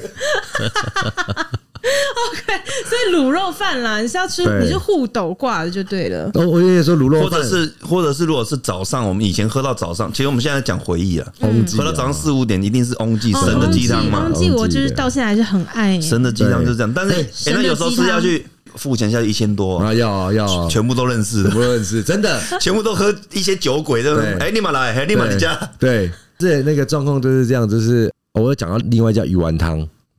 Speaker 3: 所以卤肉饭啦，你是要吃
Speaker 2: 对
Speaker 3: 你是护斗挂的就对了。
Speaker 2: 哦我我爷爷说卤肉
Speaker 1: 或
Speaker 2: 饭
Speaker 1: 者是，或者是，如果是早上，我们以前喝到早上，其实我们现在讲回忆了，
Speaker 2: 红
Speaker 3: 嗯
Speaker 2: 记啊
Speaker 1: 喝到早上四五点，一定是翁记
Speaker 3: 哦
Speaker 1: 神的鸡汤嘛
Speaker 3: 翁，记翁记我就是到现在还是很爱。
Speaker 1: 神的鸡汤就是这样。但是，哎，
Speaker 3: 神的
Speaker 1: 那有时候
Speaker 3: 鸡
Speaker 1: 是
Speaker 3: 汤
Speaker 1: 要去付钱下去一千多哦，
Speaker 2: 啊，要啊要啊，
Speaker 1: 全部都认识
Speaker 2: 我
Speaker 1: 的，
Speaker 2: 不认识， 真的。
Speaker 1: 全部都喝一些酒鬼，对不对？
Speaker 2: 对
Speaker 1: 哎，立马来，哎， 立马你家，
Speaker 2: 对，这那个状况就是这样，就是哦我有讲到另外一家鱼丸汤，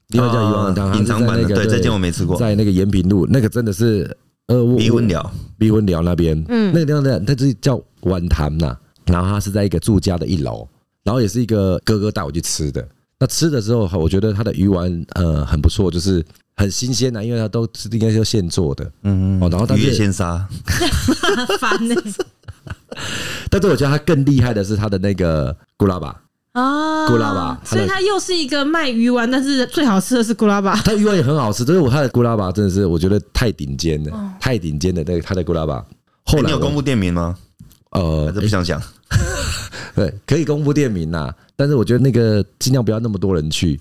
Speaker 2: 另外一家鱼丸汤
Speaker 1: 啊
Speaker 2: 它是
Speaker 1: 隐藏版的，
Speaker 2: 在那个
Speaker 1: 对，这间我没吃过，
Speaker 2: 在那个延平路，那个真的是呃，我
Speaker 1: 离婚了，
Speaker 2: 逼婚寮那边，
Speaker 3: 嗯
Speaker 2: 嗯，那个地方的它是叫碗潭呐，然后它是在一个住家的一楼，然后也是一个哥哥带我去吃的。那吃的时候，我觉得它的鱼丸呃很不错，就是很新鲜呐，因为它都是应该是现做的，嗯，哦，然后但
Speaker 1: 鱼叶
Speaker 2: 是
Speaker 1: 鲜杀，
Speaker 3: 烦 呢、
Speaker 2: 但是我觉得它更厉害的是它的那个古拉巴，
Speaker 3: 啊，
Speaker 2: 古拉巴
Speaker 3: 所以它又是一个卖鱼丸，但是最好吃的是古拉巴。
Speaker 2: 它鱼丸也很好吃，但是我它的古拉巴真的是我觉得太顶尖
Speaker 3: 嗯
Speaker 2: 了，太顶尖的那个它的古拉巴。后
Speaker 1: 哎你
Speaker 2: 来
Speaker 1: 有
Speaker 2: 我
Speaker 1: 公布店名吗？
Speaker 2: 呃
Speaker 1: 还是不想讲？
Speaker 2: 对，可以公布店名啦，但是我觉得那个尽量不要那么多人 去，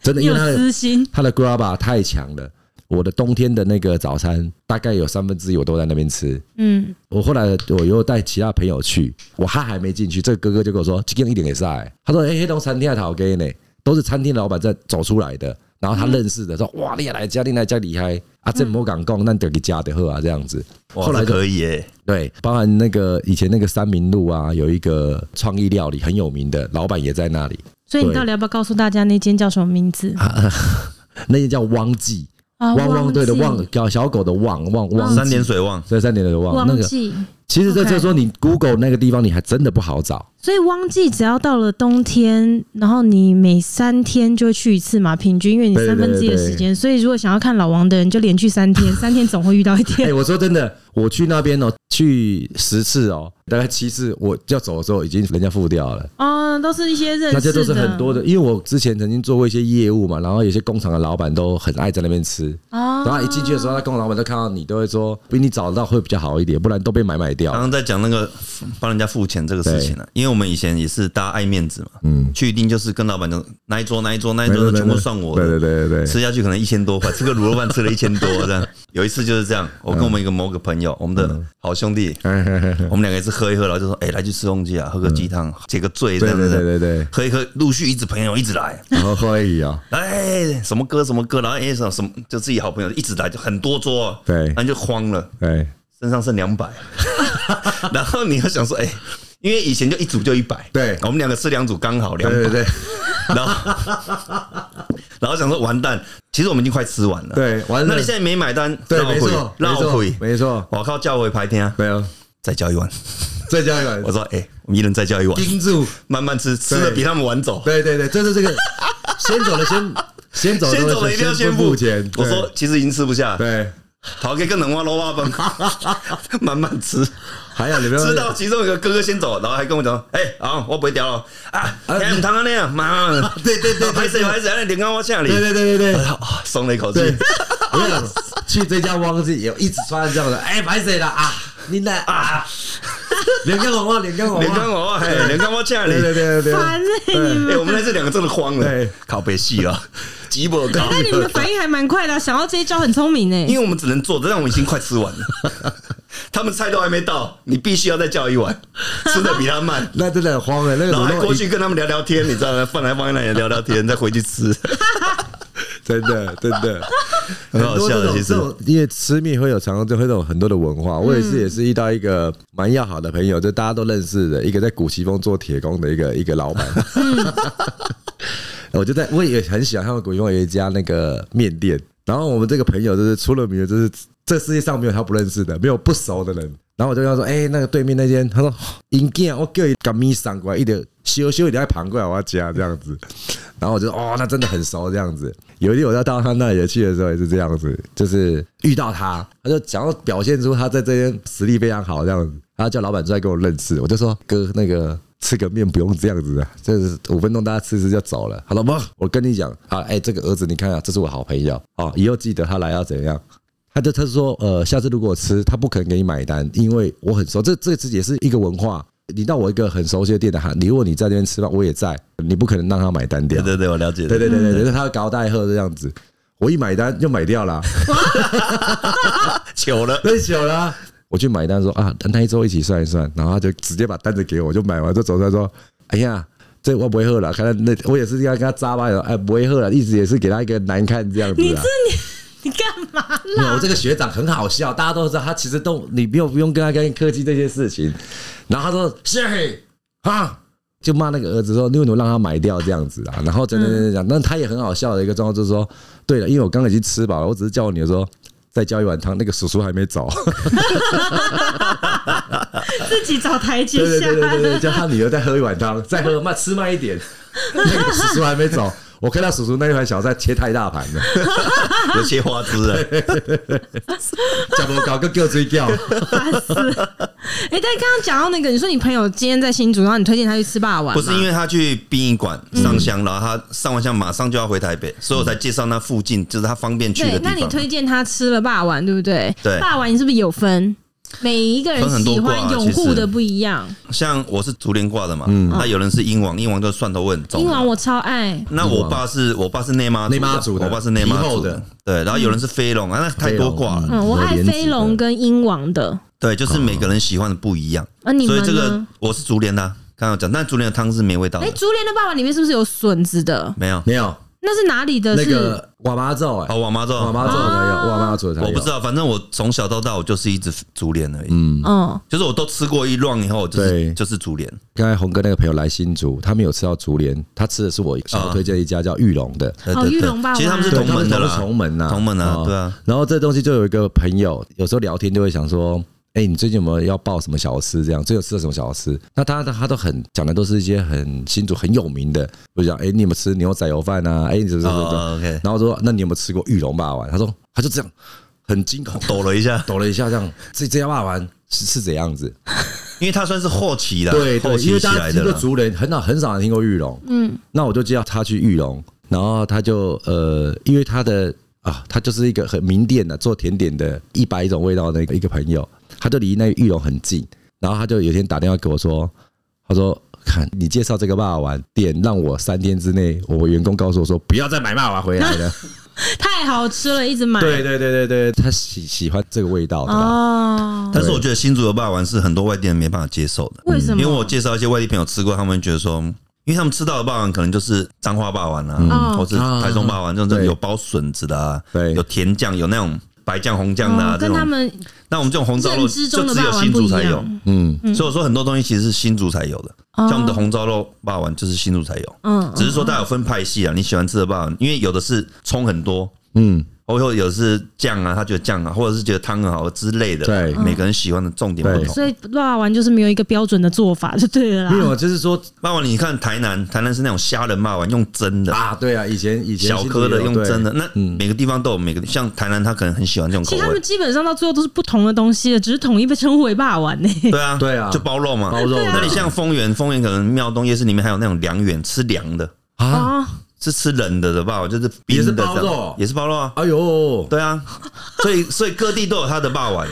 Speaker 2: 真的，
Speaker 3: 你
Speaker 2: 因
Speaker 3: 有
Speaker 2: 为它的
Speaker 3: 私心，
Speaker 2: 它的 graba 太强了。我的冬天的那个早餐，大概有三分之一我都在那边吃。
Speaker 3: 嗯，
Speaker 2: 我后来我又带其他朋友去，我他还没进去，这个哥哥就跟我说，今天一点也是哎，他说哎，黑龙餐厅的讨给呢，都是餐厅老板在走出来的，然后他认识的，说哇你也来家，你来家厉害啊，这莫敢讲，那得给家的喝啊这样子。
Speaker 1: 哇
Speaker 2: 后来
Speaker 1: 这
Speaker 2: 就
Speaker 1: 可以耶，
Speaker 2: 对，包含那个以前那个三明路啊，有一个创意料理很有名的，老板也在那里，
Speaker 3: 所以你到底要不要告诉大家那间叫什么名字？
Speaker 2: 那间叫汪记，
Speaker 3: 啊
Speaker 2: 啊汪汪队的汪
Speaker 3: 记，
Speaker 2: 小小狗的汪汪汪，
Speaker 1: 三点水旺，
Speaker 2: 这三点的汪，那
Speaker 3: 汪
Speaker 2: 个
Speaker 3: 记。
Speaker 2: 其实在
Speaker 3: OK
Speaker 2: 这说你 Google 那个地方，你还真的不好找。
Speaker 3: 所以汪记只要到了冬天，然后你每三天就会去一次嘛，平均，因为你
Speaker 2: 对对
Speaker 3: 三分之一的时间。所以如果想要看老王的人，就连续 三天，三天总会遇到一
Speaker 2: 哎，
Speaker 3: 天。
Speaker 2: 我说真的，我去那边哦，去十次哦，大概七次，我要走的时候已经人家付掉了。
Speaker 3: 哦，都是一些认识
Speaker 2: 那
Speaker 3: 的，
Speaker 2: 些都是很多的，因为我之前曾经做过一些业务嘛，然后有些工厂的老板都很爱在那边吃，
Speaker 3: 哦。
Speaker 2: 然后一进去的时候，那工厂老板都看到你，都会说比你找得到会比较好一点，不然都被买买掉
Speaker 1: 刚。
Speaker 3: 啊
Speaker 1: 刚在讲那个帮人家付钱这个事情了、啊因为我们以前也是大家爱面子嘛，
Speaker 2: 嗯，
Speaker 1: 去一定就是跟老板讲哪一桌哪一桌哪一桌
Speaker 2: 对对对
Speaker 1: 全部算我的，
Speaker 2: 对对对对对，
Speaker 1: 吃下去可能一
Speaker 2: 嗯
Speaker 1: 千多块，吃个卤肉饭吃了一千多这样。有一次就是这样，我跟我们一个某个朋友，我们的好兄弟，
Speaker 2: 嘿嘿嘿嘿
Speaker 1: 我们两个也是喝一喝，然后就说，哎，来去吃风鸡啊，喝个鸡汤，解个醉，
Speaker 2: 对
Speaker 1: 这样
Speaker 2: 嗯对
Speaker 1: 子
Speaker 2: 对对对，
Speaker 1: 喝一喝，陆续一直朋友一直来，
Speaker 2: 然后后来也啊，
Speaker 1: 哎，什么歌什么歌，然后哎什么什么，就自己好朋友一直来，就很多桌，
Speaker 2: 对
Speaker 1: 然后就慌了，
Speaker 2: 对
Speaker 1: 身上剩 两百，然后你又想说，哎、因为以前就一组就一百，
Speaker 2: 对
Speaker 1: 我们两个吃两组刚好两
Speaker 2: 对
Speaker 1: 百，
Speaker 2: 对对
Speaker 1: 然后 然后想说完蛋，其实我们已经快吃完了，，
Speaker 2: 对，完
Speaker 1: 那
Speaker 2: 了
Speaker 1: 你，现在没买单，
Speaker 2: 对，
Speaker 1: 绕
Speaker 2: 没
Speaker 1: 回
Speaker 2: 错，没
Speaker 1: 绕
Speaker 2: 错
Speaker 1: 回，
Speaker 2: 没错，
Speaker 1: 我靠，叫回排天啊，
Speaker 2: 没有，
Speaker 1: 再叫一碗，
Speaker 2: 再加一碗
Speaker 1: 我，说，哎、我们一人再叫一 碗，
Speaker 2: 盯住，
Speaker 1: 慢慢吃，吃的比他们晚走。
Speaker 2: 对对对，这是 这个，先走的先先走的
Speaker 1: 先走的一定要
Speaker 2: 先
Speaker 1: 先
Speaker 2: 付
Speaker 1: 付
Speaker 2: 钱，
Speaker 1: 我说其实已经吃不下，
Speaker 2: 对，对
Speaker 1: 陶给跟冷蛙罗蛙崩，慢慢吃。
Speaker 2: 还有你们
Speaker 1: 知道其中一个哥哥先走，然后还跟我讲：“哎、好，我不会掉了啊，
Speaker 2: 啊
Speaker 1: 还唔通安尼啊，妈的，
Speaker 2: 对对对对
Speaker 1: 拍谁
Speaker 2: 对
Speaker 1: 拍谁，安尼点解我请你
Speaker 2: 对？”对对对对
Speaker 1: 然后啊，松了一口气
Speaker 2: 对，，
Speaker 1: 哎
Speaker 2: 我跟你讲去这家汪记有一直穿这样的，哎，白水了啊，你来 啊，连跟我忘，连跟我
Speaker 1: 你看
Speaker 2: 忘，
Speaker 1: 我，嘿，你看我请
Speaker 2: 啊对对
Speaker 1: 你。
Speaker 2: 对对
Speaker 3: 烦
Speaker 2: 对，
Speaker 3: 哎、
Speaker 1: 哎、
Speaker 3: 你们。
Speaker 1: 我们那这两个真的慌了
Speaker 2: 对，
Speaker 1: 靠北戏啊，急不高，
Speaker 3: 但你们的反应还蛮快的啊、想到这一招很聪明哎、
Speaker 1: 因为我们只能坐着，但我们已经快吃完了，他们菜都还没到，你必须要再叫一碗，吃的比他慢。
Speaker 2: 那真的很慌哎，那个
Speaker 1: 然后还
Speaker 2: 怎么
Speaker 1: 过去跟他们聊聊天，你知道吗？饭还放在那里聊聊天，再回去吃，
Speaker 2: 真的真的。
Speaker 1: 很好笑的。其实嗯
Speaker 2: 这种因为吃面会有常常就会有很多的文化。我也是也是遇到一个蛮要好的朋友，就大家都认识的一个在古奇峰做铁工的一个一个老板。
Speaker 1: 嗯
Speaker 2: 我就在我也很喜欢他们古奇峰有一家那个面店，然后我们这个朋友就是出了名的，就是这世界上没有他不认识的，没有不熟的人。然后我就跟他说：“哎、那个对面那间，他说哦银件我叫你赶米上过来，一点修修一点盘过来我要家这样子。”然后我就说哦，那真的很熟这样子。有一天我要到他那里去的时候也是这样子，就是遇到他，他就想要表现出他在这边实力非常好这样子，他叫老板出来跟我认识，我就说哥那个。吃个面不用这样子的，这是五分钟大家吃吃就走了。好了不，我跟你讲啊，哎、这个儿子你看啊，这是我好朋友哦，以后记得他来要怎样。他就他就说，呃，下次如果我吃，他不可能给你买单，因为我很熟。这这其实也是一个文化。你到我一个很熟悉的店的哈，你如果你在那边吃饭，我也在，你不可能让他买单掉
Speaker 1: 对。对对，我了解。
Speaker 2: 对对对对对，就是他搞代喝这样子。我一买单就买掉了，
Speaker 1: 糗 了。
Speaker 2: 太久了。我去买单说啊，那一周一起算一算，然后他就直接把单子给我，我就买完就走出来说，哎呀，这我不会喝了。看到那我也是要跟他扎巴，哎，不会喝了，一直也是给他一个难看这样子
Speaker 3: 你这
Speaker 2: 啊。
Speaker 3: 你你干嘛
Speaker 2: 没
Speaker 3: 啦？
Speaker 2: 有，我这个学长很好笑，大家都知道他其实都你不用不用跟他跟客气这些事情。然后他说是啊，就骂那个儿子说你为什么让他买掉这样子啊？然后讲讲讲
Speaker 3: 嗯
Speaker 2: 讲，但他也很好笑的一个状况就是说，对了，因为我刚刚已经吃饱了，我只是叫你说再浇一碗汤，那个叔叔还没 走。
Speaker 3: 自己找台阶
Speaker 2: 对对
Speaker 3: 下。
Speaker 2: 对对对对，叫他女儿再喝一碗汤，再喝慢吃慢一点，那个叔叔还没走。我看到叔叔那一盘小菜切太大盘 了，
Speaker 1: 有切花枝了，
Speaker 2: 讲不搞个叫追掉。
Speaker 3: 烦死！哎、但刚刚讲到那个，你说你朋友今天在新竹，然后你推荐他去吃霸王，
Speaker 1: 不是因为他去殡仪馆上香，然后他上完香马上就要回台北，所以我才介绍那附近就是他方便去的
Speaker 3: 对，
Speaker 1: 地
Speaker 3: 那你
Speaker 1: 方。啊
Speaker 3: 推荐他吃了霸王，对不对？
Speaker 1: 对
Speaker 3: 霸王你是不是有分？每一个人
Speaker 1: 分很多
Speaker 3: 喜欢
Speaker 1: 挂啊
Speaker 3: 拥
Speaker 1: 其
Speaker 3: 护
Speaker 1: 实
Speaker 3: 的不一样。
Speaker 1: 像我是竹联挂的嘛，
Speaker 2: 嗯
Speaker 1: 那有人是英王，英王就是蒜头味很重
Speaker 3: 英
Speaker 1: 的。
Speaker 3: 王我超爱，嗯
Speaker 1: 那我爸是我爸是内妈
Speaker 2: 内妈
Speaker 1: 族
Speaker 2: 族的
Speaker 1: 我爸是内妈
Speaker 2: 皮
Speaker 1: 族
Speaker 2: 厚的，嗯
Speaker 1: 对。然后有人是飞龙啊，那太多挂
Speaker 2: 飞
Speaker 1: 了，
Speaker 2: 龙
Speaker 3: 嗯，我爱
Speaker 2: 有莲子的
Speaker 3: 飞龙跟英王的。
Speaker 1: 对，就是每个人喜欢的不一样。
Speaker 3: 啊，你
Speaker 1: 所
Speaker 3: 们
Speaker 1: 以这个
Speaker 3: 呢？
Speaker 1: 我是竹联的啊，刚刚有讲，但竹联的汤是没味道
Speaker 3: 哎、
Speaker 1: 的，
Speaker 3: 竹联的霸王里面是不是有笋子的？
Speaker 1: 没有。
Speaker 2: 没有
Speaker 3: 那是哪里的
Speaker 2: 那
Speaker 3: 是？哦
Speaker 2: 个瓦麻咒哎
Speaker 1: 好，，我妈
Speaker 2: 瓦
Speaker 1: 做，嗯
Speaker 2: 麻咒才有，瓦麻咒才有。
Speaker 1: 哦我不知道，反正我从小到大我就是一直竹联而已，
Speaker 3: 嗯，
Speaker 1: 就是我都吃过一乱以后，我就
Speaker 2: 对
Speaker 1: 是就是竹联。
Speaker 2: 刚才红哥那个朋友来新竹，他没有吃到竹联，他吃的是我想
Speaker 1: 啊
Speaker 2: 要推荐一家叫玉龙的。
Speaker 1: 对
Speaker 3: 哦
Speaker 1: 呃对
Speaker 3: 玉
Speaker 1: 对
Speaker 3: 龙霸
Speaker 1: 其实他们是
Speaker 2: 对
Speaker 1: 同门的
Speaker 2: 他们
Speaker 1: 啦，
Speaker 2: 是同门呐，
Speaker 1: 同门啊
Speaker 2: 哦
Speaker 1: 对啊。
Speaker 2: 然后这东西就有一个朋友，有时候聊天就会想说。哎、你最近有没有要报什么小吃？这样最近有吃了什么小吃？那他他都很讲的都是一些很新竹很有名的，就讲哎、你有没有吃牛仔油饭啊？哎、你怎么怎么怎么？
Speaker 1: 哦，OK，
Speaker 2: 然后说那你有没有吃过玉龙霸王？他说他就这样很惊恐，
Speaker 1: 抖了一下，
Speaker 2: 抖了一下，这样这这家霸王是是怎样子？
Speaker 1: 因为他算是后期啦，
Speaker 2: 对对
Speaker 1: 后，
Speaker 2: 因
Speaker 1: 期
Speaker 2: 为
Speaker 1: 起
Speaker 2: 大家
Speaker 1: 来
Speaker 2: 听
Speaker 1: 的
Speaker 2: 过
Speaker 1: 啦。
Speaker 2: 竹人，很少很少人听过玉龙。嗯，那我就介绍他去玉龙，然后他就呃，因为他的啊，他就是一个很名店的、做甜点的一百种味道的一个一个朋友，他就离那个玉龙很近，然后他就有一天打电话给我说，他说。看你介绍这个 霸王店，让我三天之内，我员工告诉我说不要再买霸王回来了。
Speaker 3: 太太好吃了，一直买。
Speaker 2: 对对对对对，他喜喜欢这个味道的
Speaker 1: 啊
Speaker 2: 啦。
Speaker 3: 哦，
Speaker 1: 但是我觉得新竹的霸王是很多外地人没办法接受的，
Speaker 3: 为什
Speaker 1: 嗯因
Speaker 3: 么？
Speaker 1: 为我介绍一些外地朋友吃过，他们觉得说，因为他们吃到的霸王可能就是彰化霸王啊，
Speaker 3: 嗯
Speaker 1: 或是台中霸王这种
Speaker 2: 对
Speaker 1: 有包笋子的啊，
Speaker 2: 对
Speaker 1: 有甜酱，有那种白酱红酱的啊
Speaker 3: 哦
Speaker 1: 这
Speaker 3: 跟
Speaker 1: 种
Speaker 3: 他。们
Speaker 1: 那我们这种红烧肉
Speaker 3: 认知
Speaker 1: 就
Speaker 3: 中的
Speaker 1: 只有
Speaker 3: 霸
Speaker 1: 新
Speaker 3: 王不
Speaker 1: 竹
Speaker 3: 一
Speaker 1: 才有，
Speaker 3: 样。
Speaker 2: 嗯，
Speaker 1: 所以我说很多东西其实是新竹才有的，
Speaker 3: 哦
Speaker 1: 像我们的红烧肉霸王就是新竹才有，
Speaker 3: 嗯，
Speaker 1: 只是说它有分派系啊，你喜欢吃的霸王，因为有的是葱很多，
Speaker 2: 嗯，
Speaker 1: 或者有的是酱啊，他觉得酱啊，或者是觉得汤很好之类的，
Speaker 2: 对
Speaker 3: 嗯
Speaker 1: 每个人喜欢的重点不
Speaker 2: 对
Speaker 1: 同。
Speaker 3: 所以霸王就是没有一个标准的做法就对了
Speaker 2: 没
Speaker 3: 啦。
Speaker 2: 有，就是说
Speaker 1: 霸王，你看台南，台南是那种虾仁霸王，用蒸的，
Speaker 2: 啊，对啊，以前以前
Speaker 1: 小颗的用蒸
Speaker 2: 真
Speaker 1: 的，那每个地方都有每个，像台南他可能很喜欢这种
Speaker 3: 其
Speaker 1: 口
Speaker 3: 实他
Speaker 1: 味
Speaker 3: 们，基本上到最后都是不同的东西了，只是统一被称呼为霸王呢、
Speaker 1: 对啊，
Speaker 2: 对啊
Speaker 1: 就包肉嘛，
Speaker 2: 包肉啊的
Speaker 1: 那你像丰原，丰原可能庙东夜市里面还有那种凉园，吃凉的，
Speaker 2: 啊，
Speaker 3: 哦，
Speaker 1: 是吃冷的的霸王，就是冰的这样
Speaker 2: 也是包肉
Speaker 1: 也是包肉啊，
Speaker 2: 哎呦，
Speaker 1: 对啊，所以所以各地都有他的霸王，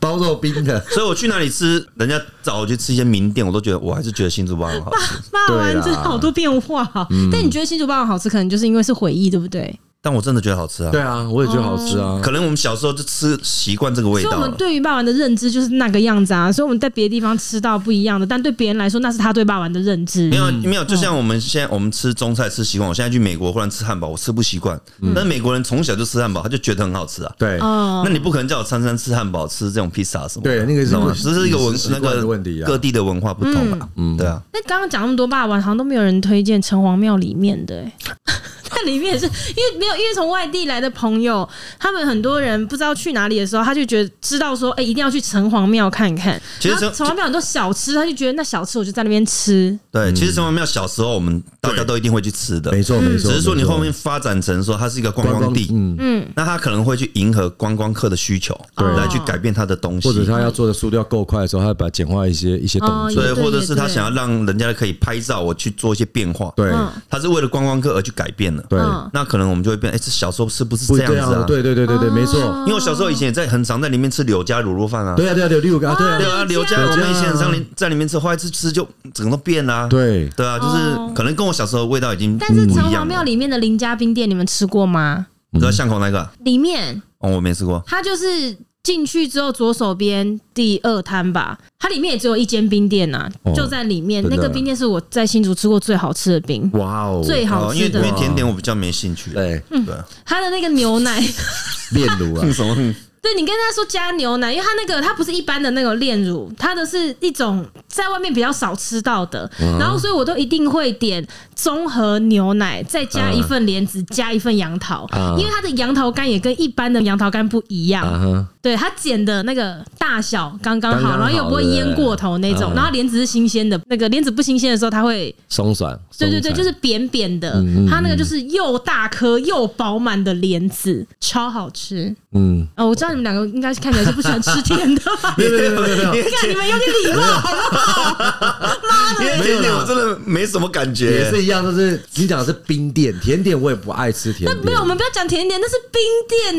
Speaker 2: 包肉冰的，
Speaker 1: 所以我去哪里吃，人家找我去吃一些名店，我都觉得我还是觉得新竹霸王好 吃。
Speaker 3: 霸王真
Speaker 2: 对
Speaker 3: 的
Speaker 2: 啦
Speaker 3: 好多变化、
Speaker 1: 啊嗯
Speaker 3: 但你觉得新竹霸王好吃，可能就是因为是回忆，对不对？
Speaker 1: 但我真的觉得好吃啊
Speaker 2: 对。啊，我也觉得好吃啊。
Speaker 3: 哦
Speaker 1: 可能我们小时候就吃习惯这个味
Speaker 3: 所以我
Speaker 1: 道
Speaker 3: 们
Speaker 1: 了。
Speaker 3: 对于霸王的认知就是那个样子啊，所以我们在别的地方吃到不一样的，但对别人来说那是他对霸王的认知
Speaker 1: 没。有没有，就像我们现在我们吃中菜吃习惯，我现在去美国忽然吃汉堡，我吃不习惯。
Speaker 2: 嗯
Speaker 1: 但是美国人从小就吃汉堡，他就觉得很好吃啊。
Speaker 2: 对
Speaker 3: 哦
Speaker 1: 那，你不可能叫我餐餐吃汉堡，吃这种披萨什么的？
Speaker 2: 对，那个是
Speaker 1: 懂吗这是一个文
Speaker 2: 饮食习
Speaker 1: 那
Speaker 2: 惯
Speaker 1: 个
Speaker 2: 的问题啊
Speaker 1: 各。地的文化不同吧？嗯，对啊。
Speaker 3: 那刚刚讲那么多霸王，好像都没有人推荐城隍庙里面的、欸。 那里面也是因为没有，因为从外地来的朋友，他们很多人不知道去哪里的时候，他就觉得知道说，哎、一定要去城隍庙看看。
Speaker 1: 其实
Speaker 3: 然后
Speaker 1: 城
Speaker 3: 城隍庙很多小吃，他就觉得那小吃我就在那边吃。
Speaker 1: 对，其实城隍庙小时候我们大家都一定会去吃的，
Speaker 2: 嗯没错没错，
Speaker 1: 只是说你
Speaker 2: 没错
Speaker 1: 后面发展成说它是一个观
Speaker 2: 观
Speaker 1: 光
Speaker 2: 光
Speaker 1: 地，
Speaker 2: 嗯，
Speaker 3: 嗯，
Speaker 1: 那他可能会去迎合观光客的需求，
Speaker 3: 对
Speaker 1: 来去改变他的东西，
Speaker 2: 或者他要做的速度要够快的时候，他会把它简化一些一些动
Speaker 3: 哦
Speaker 2: 作。
Speaker 1: 对，
Speaker 3: 也对
Speaker 1: 或者是他
Speaker 3: 也对
Speaker 1: 想要让人家可以拍照，我去做一些变化，
Speaker 2: 对
Speaker 3: 嗯
Speaker 1: 他是为了观光客而去改变的，
Speaker 2: 对，
Speaker 3: 嗯
Speaker 1: 那可能我们就会变，哎，这小时候是不是
Speaker 2: 不
Speaker 1: 这样子啊？
Speaker 2: 的，，对对对对对，没错，
Speaker 3: 哦
Speaker 1: 因为我小时候以前也在很常在里面吃柳家卤肉饭啊，
Speaker 2: 对啊对啊对啊，六个啊，对
Speaker 1: 对
Speaker 2: 啊
Speaker 1: 啊，
Speaker 3: 柳
Speaker 1: 柳
Speaker 3: 家
Speaker 1: 家我们以
Speaker 2: 柳家
Speaker 1: 前很常在里面吃，后来吃吃就整个都变啦，
Speaker 2: 对，
Speaker 1: 对啊，就是
Speaker 3: 哦
Speaker 1: 可能跟我小时候的味道已经
Speaker 3: 但是
Speaker 1: 不
Speaker 3: 城
Speaker 1: 一
Speaker 3: 隍
Speaker 1: 样啊
Speaker 3: 庙
Speaker 1: 了。
Speaker 3: 里面的林家冰店，你们吃过吗？
Speaker 1: 你知道巷口那个啊？
Speaker 3: 里面
Speaker 1: 哦，我没吃过。
Speaker 3: 它就是进去之后左手边第二摊吧，它里面也只有一间冰店呐、
Speaker 2: 哦
Speaker 3: 就在里面。
Speaker 2: 真的
Speaker 3: 那个冰店是我在新竹吃过最好吃的冰，
Speaker 2: 哇哦，
Speaker 3: 最好
Speaker 1: 哦，因为因
Speaker 3: 吃的嗯
Speaker 1: 为。甜点我比较没兴趣。对，，
Speaker 2: 对
Speaker 3: 它的那个牛奶，
Speaker 2: 炼乳啊
Speaker 1: 什么？
Speaker 3: 对你跟他说加牛奶，因为它那个它不是一般的那个炼乳，它的是一种在外面比较少吃到的。
Speaker 2: 嗯
Speaker 3: 然后所以我都一定会点综合牛奶，再加一份莲子，加一份杨桃，
Speaker 2: 啊
Speaker 3: 因为它的杨桃干也跟一般的杨桃干不一样。
Speaker 2: 啊哈，
Speaker 3: 对它剪的那个大小刚刚
Speaker 2: 刚刚
Speaker 3: 好，
Speaker 2: 好
Speaker 3: 然后又不会淹过头那种，
Speaker 2: 对
Speaker 3: 然后莲子是新鲜的，那个莲子不新鲜的时候，它会，
Speaker 2: 松散，
Speaker 3: 对对对，
Speaker 2: 松散
Speaker 3: 就是扁扁的，它那个就是又大颗又饱满的莲子，超好吃。
Speaker 2: 嗯，
Speaker 3: 哦，我知道你们两个应该是看起来是不喜欢吃甜的吧，
Speaker 2: 没有没有没有没有没有，
Speaker 3: 看你们有点礼貌好不好？妈
Speaker 1: 因为
Speaker 2: 没
Speaker 3: 的！
Speaker 2: 有
Speaker 1: 甜点
Speaker 2: 啦
Speaker 1: 我真的没什么感觉。
Speaker 2: 也是一样，就是你讲的是冰店，甜点我也不爱吃甜
Speaker 3: 那
Speaker 2: 点，
Speaker 3: 没有，我们不要讲甜点，那是冰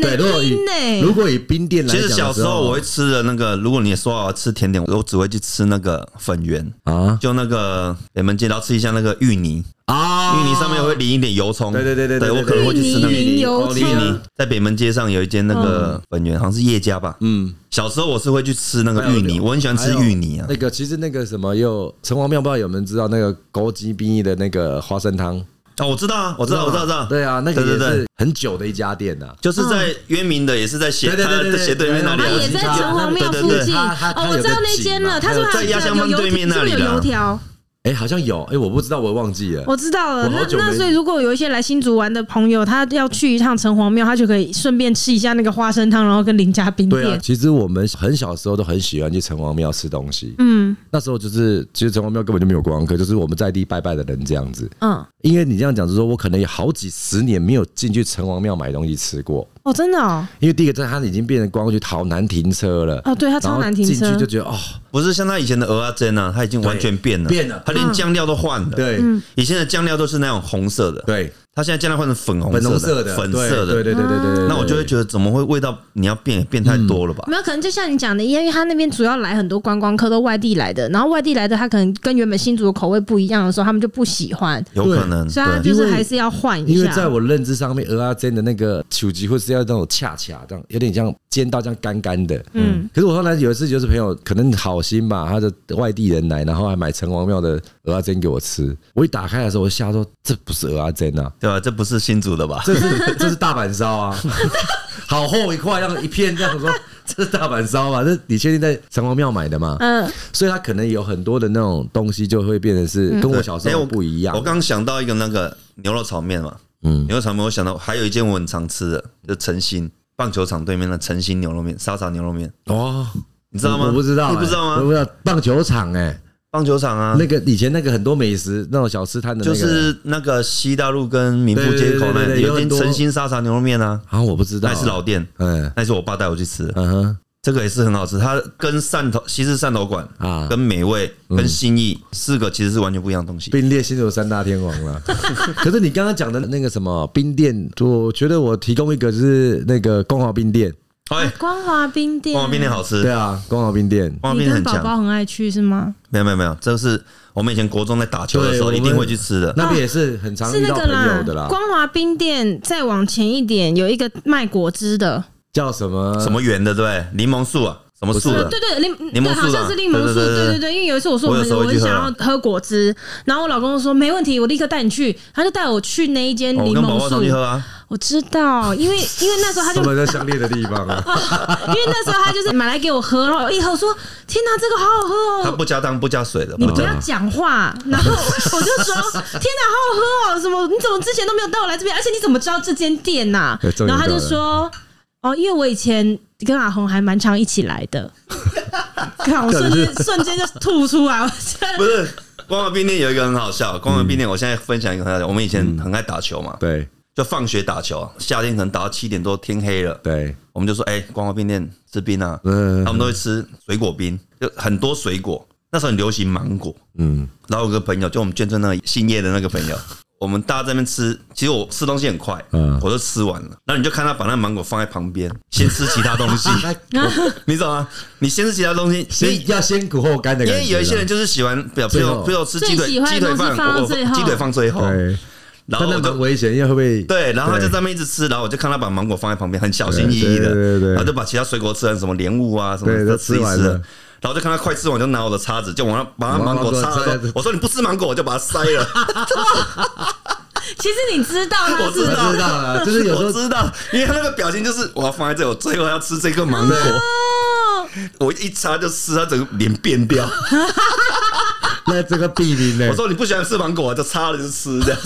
Speaker 2: 对，
Speaker 3: 店
Speaker 2: 如
Speaker 3: 呢、
Speaker 2: 果
Speaker 3: 冰呢、
Speaker 2: 以如果以冰店来
Speaker 1: 其
Speaker 2: 讲的
Speaker 1: 实
Speaker 2: 时候，
Speaker 1: 小时候我会吃的那个，如果你说我要吃甜点，我只会去吃那个粉圆，
Speaker 2: 啊
Speaker 1: 就那个北门街，然后吃一下那个芋泥，
Speaker 2: 啊，
Speaker 1: 芋泥上面会淋一点油葱。
Speaker 2: 对对对对
Speaker 1: 对，
Speaker 2: 对嗯
Speaker 1: 我可能会去吃那个哦
Speaker 3: 芋泥淋油葱
Speaker 1: 芋泥在北门街上有一间那个粉圆，好像是叶家吧。
Speaker 2: 嗯，
Speaker 1: 小时候我是会去吃那个芋
Speaker 2: 还
Speaker 1: 泥，
Speaker 2: 有
Speaker 1: 我很喜欢吃芋泥啊
Speaker 2: 还有。那个其实那个什么，又城隍庙不知道有没有人知道那个枸杞冰的那个花生汤，
Speaker 1: 哦，我知道啊，我知道，我知道，我知道。
Speaker 2: 对啊，那个
Speaker 1: 对对
Speaker 2: 也
Speaker 1: 对
Speaker 2: 是，很久的一家店呐、啊。
Speaker 1: 就是在渊明的，也是在斜
Speaker 2: 对对对对
Speaker 1: 它
Speaker 2: 对
Speaker 1: 斜对面那里
Speaker 3: 啊，
Speaker 1: 啊，
Speaker 2: 它
Speaker 3: 也在城隍庙附
Speaker 1: 对对
Speaker 3: 近
Speaker 1: 对
Speaker 2: 它它它
Speaker 3: 哦，我知道那间了。
Speaker 2: 它
Speaker 3: 他说他
Speaker 1: 在鸭香
Speaker 3: 有
Speaker 1: 坊
Speaker 3: 油
Speaker 1: 对面那里
Speaker 3: 是
Speaker 1: 的
Speaker 3: 不是有油条，
Speaker 2: 哎、好像有，哎、我不知道，我忘记了。
Speaker 3: 我知道了。
Speaker 2: 我
Speaker 3: 那
Speaker 2: 好久
Speaker 3: 那
Speaker 2: 没
Speaker 3: 所以，如果有一些来新竹玩的朋友，他要去一趟城隍庙，他就可以顺便吃一下那个花生汤，然后跟林家冰
Speaker 2: 对啊
Speaker 3: 店，。
Speaker 2: 其实我们很小时候都很喜欢去城隍庙吃东西。
Speaker 3: 嗯
Speaker 2: 那时候就是，其实城隍庙根本就没有观光客，就是我们在地拜拜的人这样子。
Speaker 3: 嗯，
Speaker 2: 因为你这样讲，就是说我可能有好几十年没有进去城隍庙买东西吃过。
Speaker 3: 哦，真的哦，
Speaker 2: 因为第一个，在它已经变成观光区，好难停车了。
Speaker 3: 哦对它超难停车
Speaker 2: 然后进去就觉得哦，
Speaker 1: 不是像他以前的鹅啊煎啊，他已经完全变了，
Speaker 2: 对变了嗯
Speaker 1: 他连酱料都换了。
Speaker 3: 嗯
Speaker 2: 对、
Speaker 1: 以前的酱料都是那种红色的，
Speaker 2: 对，
Speaker 1: 它现在尽量换成粉红
Speaker 2: 粉红
Speaker 1: 色
Speaker 2: 色
Speaker 1: 的，
Speaker 2: 的，
Speaker 1: 粉色
Speaker 2: 对
Speaker 1: 的。
Speaker 2: 对对对对对对。嗯
Speaker 1: 那我就会觉得怎么会味道你要变也变太多了吧？
Speaker 3: 没有，可能就像你讲的，因为他那边主要来很多观光客，都外地来的，然后外地来的他可能跟原本新竹的口味不一样的时候，他们就不喜欢，
Speaker 1: 有可能
Speaker 3: 所以他
Speaker 1: 对，
Speaker 3: 就是还是要换一
Speaker 2: 嗯
Speaker 3: 下。
Speaker 2: 因为在我认知上面，鹅阿珍的那个球级会是要那种恰恰这样，有点像煎到这样干干的。
Speaker 3: 嗯，
Speaker 2: 可是我后来有一次，就是朋友可能好心吧，他的外地人来，然后还买城隍庙的鹅阿珍给我吃。我一打开的时候，我吓说这不是鹅阿珍啊，
Speaker 1: 对吧？这不是新竹的吧？
Speaker 2: 这是这是大阪烧啊， 好厚一块，这样一片这样说，这是大阪烧吧？这你确定在城隍庙买的吗？
Speaker 3: 嗯，
Speaker 2: 所以他可能有很多的那种东西，就会变成是
Speaker 3: 嗯
Speaker 2: 跟我小时
Speaker 1: 哎
Speaker 2: 候不一样。
Speaker 1: 我刚想到一个那个牛肉炒面嘛，嗯，牛肉炒面，我想到还有一间我很常吃的，就晨兴棒球场对面的晨兴牛肉面，沙茶牛肉面，
Speaker 2: 哦，
Speaker 1: 你知道吗？
Speaker 2: 我不知道、
Speaker 1: 你不知道
Speaker 2: 哎我
Speaker 1: 吗？
Speaker 2: 不知道棒球场哎、
Speaker 1: 棒球场啊，
Speaker 2: 那个以前那个很多美食那种小吃摊的、那
Speaker 1: 就
Speaker 2: 个，
Speaker 1: 是那个西大路跟民富街口
Speaker 2: 对对对对
Speaker 1: 那
Speaker 2: 对
Speaker 1: 有
Speaker 2: 有
Speaker 1: 一
Speaker 2: 很
Speaker 1: 间
Speaker 2: 多
Speaker 1: 晨兴沙茶牛肉面啊，
Speaker 2: 啊，我不知道、
Speaker 1: 那是老店，
Speaker 2: 嗯
Speaker 1: 那是我爸带我去吃的，
Speaker 2: 嗯哼
Speaker 1: 这个也是很好吃。它跟汕头西式汕头馆
Speaker 2: 啊
Speaker 1: 跟，美味、跟新意四个其实是完全不一样的东西。
Speaker 2: 冰店新手三大天王了。 可是你刚刚讲的那个什么冰店，我觉得我提供一个就是那个光华冰店，
Speaker 1: 哎，
Speaker 3: 光华冰店，
Speaker 1: 光华冰店，好
Speaker 2: 对
Speaker 1: 吃，
Speaker 2: 啊，光华冰店。
Speaker 1: 光华
Speaker 3: 你
Speaker 1: 冰店
Speaker 3: 跟
Speaker 1: 很
Speaker 3: 宝
Speaker 1: 强。
Speaker 3: 宝很爱去是吗？
Speaker 1: 没有没有没有，这是我们以前国中在打球的时候
Speaker 2: 对
Speaker 1: 一定会去吃的。
Speaker 2: 那边也是很常
Speaker 3: 是
Speaker 2: 遇
Speaker 3: 那
Speaker 2: 到
Speaker 3: 个
Speaker 2: 朋
Speaker 3: 啦
Speaker 2: 友的啦，
Speaker 3: 光华冰店再往前一点有一个卖果汁的，
Speaker 2: 叫什么
Speaker 1: 什么圆的对不对？柠檬树啊，什么树
Speaker 3: 对
Speaker 1: 的？
Speaker 3: 哦对对，柠
Speaker 1: 柠
Speaker 3: 对，
Speaker 1: 檬
Speaker 3: 好
Speaker 1: 树的
Speaker 3: 像是柠檬
Speaker 1: 对对
Speaker 3: 树，
Speaker 1: 对对
Speaker 3: 对对对。因为有一次我说我
Speaker 1: 我有
Speaker 3: 很
Speaker 1: 时候
Speaker 3: 我
Speaker 1: 会去
Speaker 3: 很
Speaker 1: 喝啊
Speaker 3: 想要喝果汁，然后我老公就说没问题，我立刻带你去，他就带我去那一间
Speaker 1: 哦我
Speaker 3: 柠
Speaker 1: 跟宝
Speaker 3: 檬
Speaker 1: 宝
Speaker 3: 树
Speaker 1: 常去。喝啊，
Speaker 3: 我知道，因为因为那时候他就
Speaker 2: 什么叫相恋的地方啊？
Speaker 3: 因为那时候他就是买来给我喝，然后我一喝我说：“天哪，这个好好喝
Speaker 1: 它
Speaker 3: 哦！”
Speaker 1: 不加汤不加水
Speaker 2: 啊
Speaker 1: 的，
Speaker 3: 你
Speaker 1: 不
Speaker 3: 不
Speaker 1: 加
Speaker 3: 要讲话，然后 我就说：“天哪，好好喝哦！”什么？你怎么之前都没有带我来这边？而且你怎么知道这间店呐、
Speaker 2: 对重点
Speaker 3: 然后他就
Speaker 2: 到了
Speaker 3: 说：“哦，因为我以前跟阿红还蛮常一起来 的。”看我瞬间瞬间就吐出来，我 真的
Speaker 1: 不是。光华冰店有一个很好笑，光华冰
Speaker 3: 嗯
Speaker 1: 店我现在分享一个很好笑。我们以前很爱打球嘛，
Speaker 2: 对
Speaker 1: 就放学打球，啊夏天可能打到七点多，天黑了，
Speaker 2: 对，
Speaker 1: 我们就说：“哎，光华冰店吃冰啊！”
Speaker 2: 嗯
Speaker 1: 他们都会吃水果冰，就很多水果。那时候很流行芒果，
Speaker 2: 嗯，
Speaker 1: 然后有个朋友，就我们眷村那个姓叶的那个 朋友，我们大家在那边吃，其实我吃东西很快，
Speaker 2: 嗯
Speaker 1: 我都吃完了，然后你就看他把那芒果放在旁 边，先吃其他东西，你懂吗？你先吃其他东西，所以
Speaker 2: 先要先苦后甘的
Speaker 1: 因
Speaker 2: 感觉啦。啊
Speaker 1: 为有一些人就是喜欢，比如比
Speaker 2: 最
Speaker 1: 如
Speaker 2: 后
Speaker 1: 比如吃鸡腿，
Speaker 3: 最喜欢的
Speaker 1: 鸡腿饭
Speaker 3: 东西放到
Speaker 1: 我
Speaker 3: 最后
Speaker 1: 鸡腿放最后，
Speaker 2: 对，
Speaker 1: 哦然后
Speaker 2: 但那
Speaker 1: 我
Speaker 2: 蛮
Speaker 1: 就。
Speaker 2: 危险，因为会被
Speaker 1: 对，然后他就
Speaker 2: 对
Speaker 1: 在那边一直吃，然后我就看他把芒果放在旁边，很小心翼翼的，
Speaker 2: 对对对对
Speaker 1: 然后就把其他水果吃成什么莲雾啊什么
Speaker 2: 对
Speaker 1: 的
Speaker 2: 都
Speaker 1: 吃一
Speaker 2: 吃完
Speaker 1: 吃了
Speaker 2: 了，
Speaker 1: 然后就看他快吃完，就拿我的叉子就往他把他芒果
Speaker 2: 把
Speaker 1: 叉
Speaker 2: 芒果
Speaker 1: 了
Speaker 2: 塞，
Speaker 1: 我说你不吃芒果，我就把它塞了。
Speaker 3: 其实你知道他
Speaker 1: 我知
Speaker 3: 是
Speaker 1: 道，
Speaker 2: 我知道啊就是有时候
Speaker 1: 我知道，因为他那个表情就是我要放在这，我最后要吃这个芒果，
Speaker 3: 哦，
Speaker 1: 我一插就吃，他整个脸变掉。
Speaker 2: 那这个必赢呢
Speaker 1: 我。说你不喜欢吃芒果，就插了就吃这样。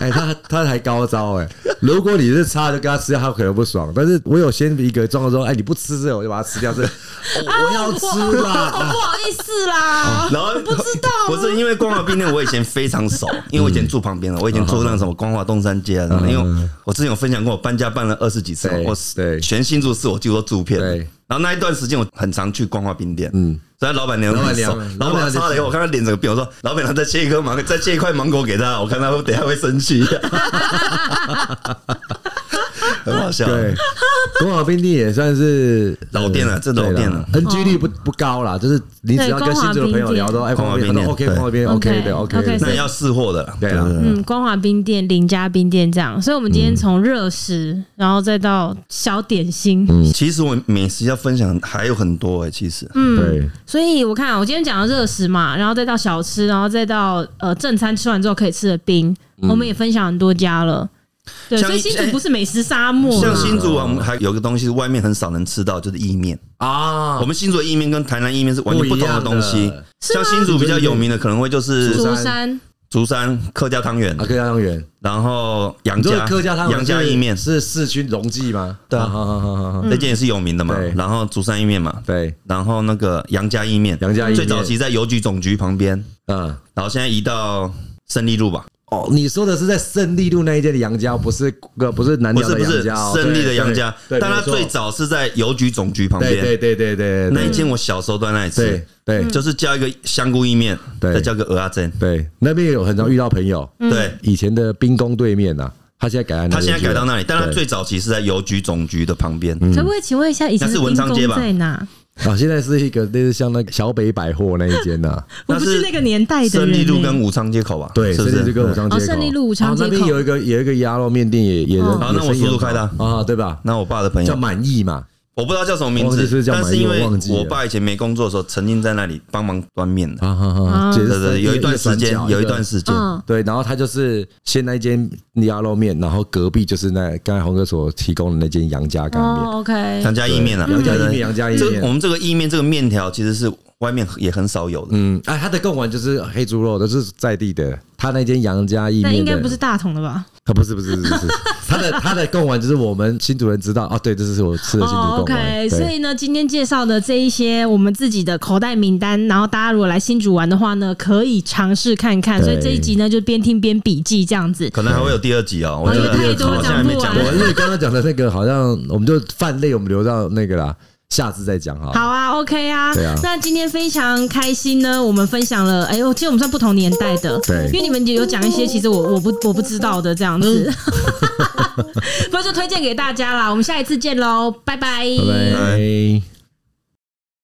Speaker 2: 哎，他他还高招哎！如果你是差就跟他吃，他可能不爽。但是我有先一个状况说，哎，你不吃这个，我就把它吃掉。这个哦我要吃
Speaker 3: 啊我
Speaker 2: 啦！啊
Speaker 3: 不好意思啦。
Speaker 1: 然后
Speaker 3: 不知道啊
Speaker 1: 不是因为光华冰店，我以前非常 熟，因为我以前住旁边的，我以前住那个什么光华东山街啊什么的。因为我之前有分享过，我搬家搬了二十几次嘛，
Speaker 2: 嗯对
Speaker 1: 我
Speaker 2: 对
Speaker 1: 全新住市我几乎都住遍了
Speaker 2: 对。
Speaker 1: 然后那一段时间我很常去光华冰店，嗯，所以老板娘
Speaker 2: 老
Speaker 1: 很
Speaker 2: 板娘
Speaker 1: 熟。老板娘
Speaker 2: 老板娘
Speaker 1: 擦了以后，我看她脸整个变，我说老板娘再切一颗芒，再切一块芒果给她，我看她会等一下会生 气，很好笑。
Speaker 2: 对，国好冰地也算是
Speaker 1: 老店啊了这老店了
Speaker 2: ，NG 率不不高啦，就是你只要跟新竹的朋友聊到，哎，
Speaker 1: 光华
Speaker 2: 黄
Speaker 1: 冰店
Speaker 2: 冰店，OK，黄华冰店
Speaker 3: OK，
Speaker 2: ，OK 的
Speaker 3: OK，
Speaker 2: ，OK
Speaker 1: 那
Speaker 2: 的，
Speaker 1: 也要试货的啦，
Speaker 2: 对啦，
Speaker 3: 嗯，光华冰店、林家冰店这样，所以我们今
Speaker 2: 嗯
Speaker 3: 天从热食，然后再到小点心，
Speaker 2: 嗯
Speaker 1: 其实我美食要分享还有很多哎、其实，
Speaker 2: 对，
Speaker 3: 所以我看啊我今天讲的热食嘛，然后再到小吃，然后再到呃正餐吃完之后可以吃的冰，我们也分享很多家了。
Speaker 1: 嗯
Speaker 3: 对，
Speaker 1: 像
Speaker 3: 所以新
Speaker 1: 哎
Speaker 3: 竹不是美食沙漠
Speaker 1: 像
Speaker 3: 啦，
Speaker 1: 新竹啊，我们还有个东西是外面很少能吃到，就是意面。
Speaker 2: 啊
Speaker 1: 我，们新竹的意面跟台南意面是完全不同的东西。
Speaker 3: 是吗
Speaker 1: 像新竹比较有名的，可能会就是
Speaker 2: 竹
Speaker 3: 竹
Speaker 2: 山
Speaker 3: 山嗯
Speaker 1: 竹山客家汤圆
Speaker 2: 啊，，客家汤圆，
Speaker 1: 然后杨
Speaker 2: 你说
Speaker 1: 家
Speaker 2: 的客家汤圆
Speaker 1: 杨家
Speaker 2: 是
Speaker 1: 意面，
Speaker 2: 是市区荣记吗？
Speaker 1: 对啊
Speaker 2: 好好好好好，
Speaker 1: 这件也是有名的嘛
Speaker 2: 嗯对。
Speaker 1: 然后竹山意面嘛，
Speaker 2: 对，
Speaker 1: 然后那个杨家意面，
Speaker 2: 杨家意面
Speaker 1: 最早期在邮局总局旁边，
Speaker 2: 嗯，
Speaker 1: 然后现在移到胜利路吧，
Speaker 2: 哦，你说的是在胜利路那一间的杨家，不是个不是南
Speaker 1: 不
Speaker 2: 寮
Speaker 1: 是
Speaker 2: 的
Speaker 1: 不
Speaker 2: 杨
Speaker 1: 是
Speaker 2: 家哦，
Speaker 1: 胜利的杨家，
Speaker 2: 对对对
Speaker 1: 但它
Speaker 2: 没错
Speaker 1: 最早是在邮局总局旁
Speaker 2: 对对
Speaker 1: 边
Speaker 2: 对对对
Speaker 1: 那一
Speaker 2: 对
Speaker 1: 间，我小时候都在那里吃
Speaker 2: 对，
Speaker 3: 嗯
Speaker 2: 对
Speaker 1: 哎就是叫一个香菇意面，
Speaker 2: 对
Speaker 1: 再叫个鹅阿珍，
Speaker 2: 对，那边有很常遇到朋友，
Speaker 3: 嗯
Speaker 1: 对。
Speaker 2: 以前的兵工对面呐，他现在改到
Speaker 1: 他现在
Speaker 2: 边去
Speaker 1: 改
Speaker 2: 了
Speaker 1: 到那里，但他
Speaker 2: 对
Speaker 1: 最早期是在邮局总局的旁边，
Speaker 3: 可不可以请问一下，以前
Speaker 1: 那
Speaker 3: 的
Speaker 1: 是文
Speaker 3: 兵
Speaker 1: 昌街
Speaker 3: 工
Speaker 1: 吧
Speaker 3: 在哪？
Speaker 2: 啊，现在是一个类似像那个小北百货那一间 呐，
Speaker 3: 我
Speaker 1: 那
Speaker 3: 不
Speaker 1: 是
Speaker 3: 是那个年代的
Speaker 1: 胜
Speaker 3: 人
Speaker 1: 利路
Speaker 3: 欸
Speaker 1: 跟武昌街口吧？
Speaker 2: 对，
Speaker 1: 是不
Speaker 2: 胜利
Speaker 1: 是？
Speaker 2: 路跟武
Speaker 1: 嗯
Speaker 2: 昌街口，
Speaker 3: 哦胜利路武昌
Speaker 2: 哦
Speaker 3: 街口
Speaker 2: 那边有一个有一个鸭肉面店也也
Speaker 3: 哦
Speaker 2: 人，
Speaker 1: 好那我
Speaker 2: 也生意
Speaker 1: 叔叔
Speaker 2: 很好
Speaker 1: 开的
Speaker 2: 啊，对吧？
Speaker 1: 那我爸的朋
Speaker 2: 叫
Speaker 1: 友，
Speaker 2: 满意嘛，
Speaker 1: 我不知道叫什么名
Speaker 2: 忘记是
Speaker 1: 字，
Speaker 2: 叫
Speaker 1: 但
Speaker 2: 满
Speaker 1: 是
Speaker 2: 意
Speaker 1: 因
Speaker 2: 我
Speaker 1: 为
Speaker 2: 忘记了
Speaker 1: 我爸以前没工作的时候，曾经在那里帮忙端面的。
Speaker 2: 啊哈哈，
Speaker 3: 啊
Speaker 2: 就是
Speaker 1: 对对，有一段时间，有一段时间，
Speaker 3: 嗯，
Speaker 2: 对，然后他就是先那间鸭肉面，然后隔壁就是那刚才红哥所提供的那间杨家干面，
Speaker 3: 哦，OK，
Speaker 1: 杨家意面啊，
Speaker 2: 杨家意
Speaker 1: 对对
Speaker 2: 面，杨家意
Speaker 1: 这个我
Speaker 2: 面。
Speaker 1: 们这个意面这个面条其实是外面也很少有的，
Speaker 2: 嗯，哎，他的贡丸就是黑猪肉，都是在地的。他那间杨家意面
Speaker 3: 那
Speaker 2: 的，
Speaker 3: 应该不是大同的吧？
Speaker 2: 啊，不是不是不是不是，他的他的贡丸就是我们新主人知道哦，对，这是我吃的新
Speaker 3: 哦
Speaker 2: 竹贡丸，
Speaker 3: ，OK，所
Speaker 2: 对，
Speaker 3: 以呢，今天介绍的这一些我们自己的口袋名单，然后大家如果来新竹玩的话呢，可以尝试看看。
Speaker 2: 对
Speaker 3: 所以这一集呢，就边听边笔记这样子。
Speaker 1: 可能还会有第二集哦。我
Speaker 3: 哦
Speaker 1: 觉
Speaker 3: 因
Speaker 1: 得
Speaker 3: 为太多
Speaker 1: 好像还没
Speaker 3: 讲
Speaker 1: 讲
Speaker 3: 不
Speaker 2: 我
Speaker 1: 完
Speaker 3: 完。
Speaker 2: 因为刚刚讲的那个好像我们就饭类，我们留到那个啦，下次再讲好了。
Speaker 3: 好啊，OK 啊
Speaker 2: 对啊，
Speaker 3: 那今天非常开心呢，我们分享了，哎呦，其实我们算不同年代的，
Speaker 2: 对
Speaker 3: 因为你们有讲一些其实我我不我不知道的这 样子， 不过就推荐给大家啦，我们下一次见喽，拜拜
Speaker 2: 拜拜。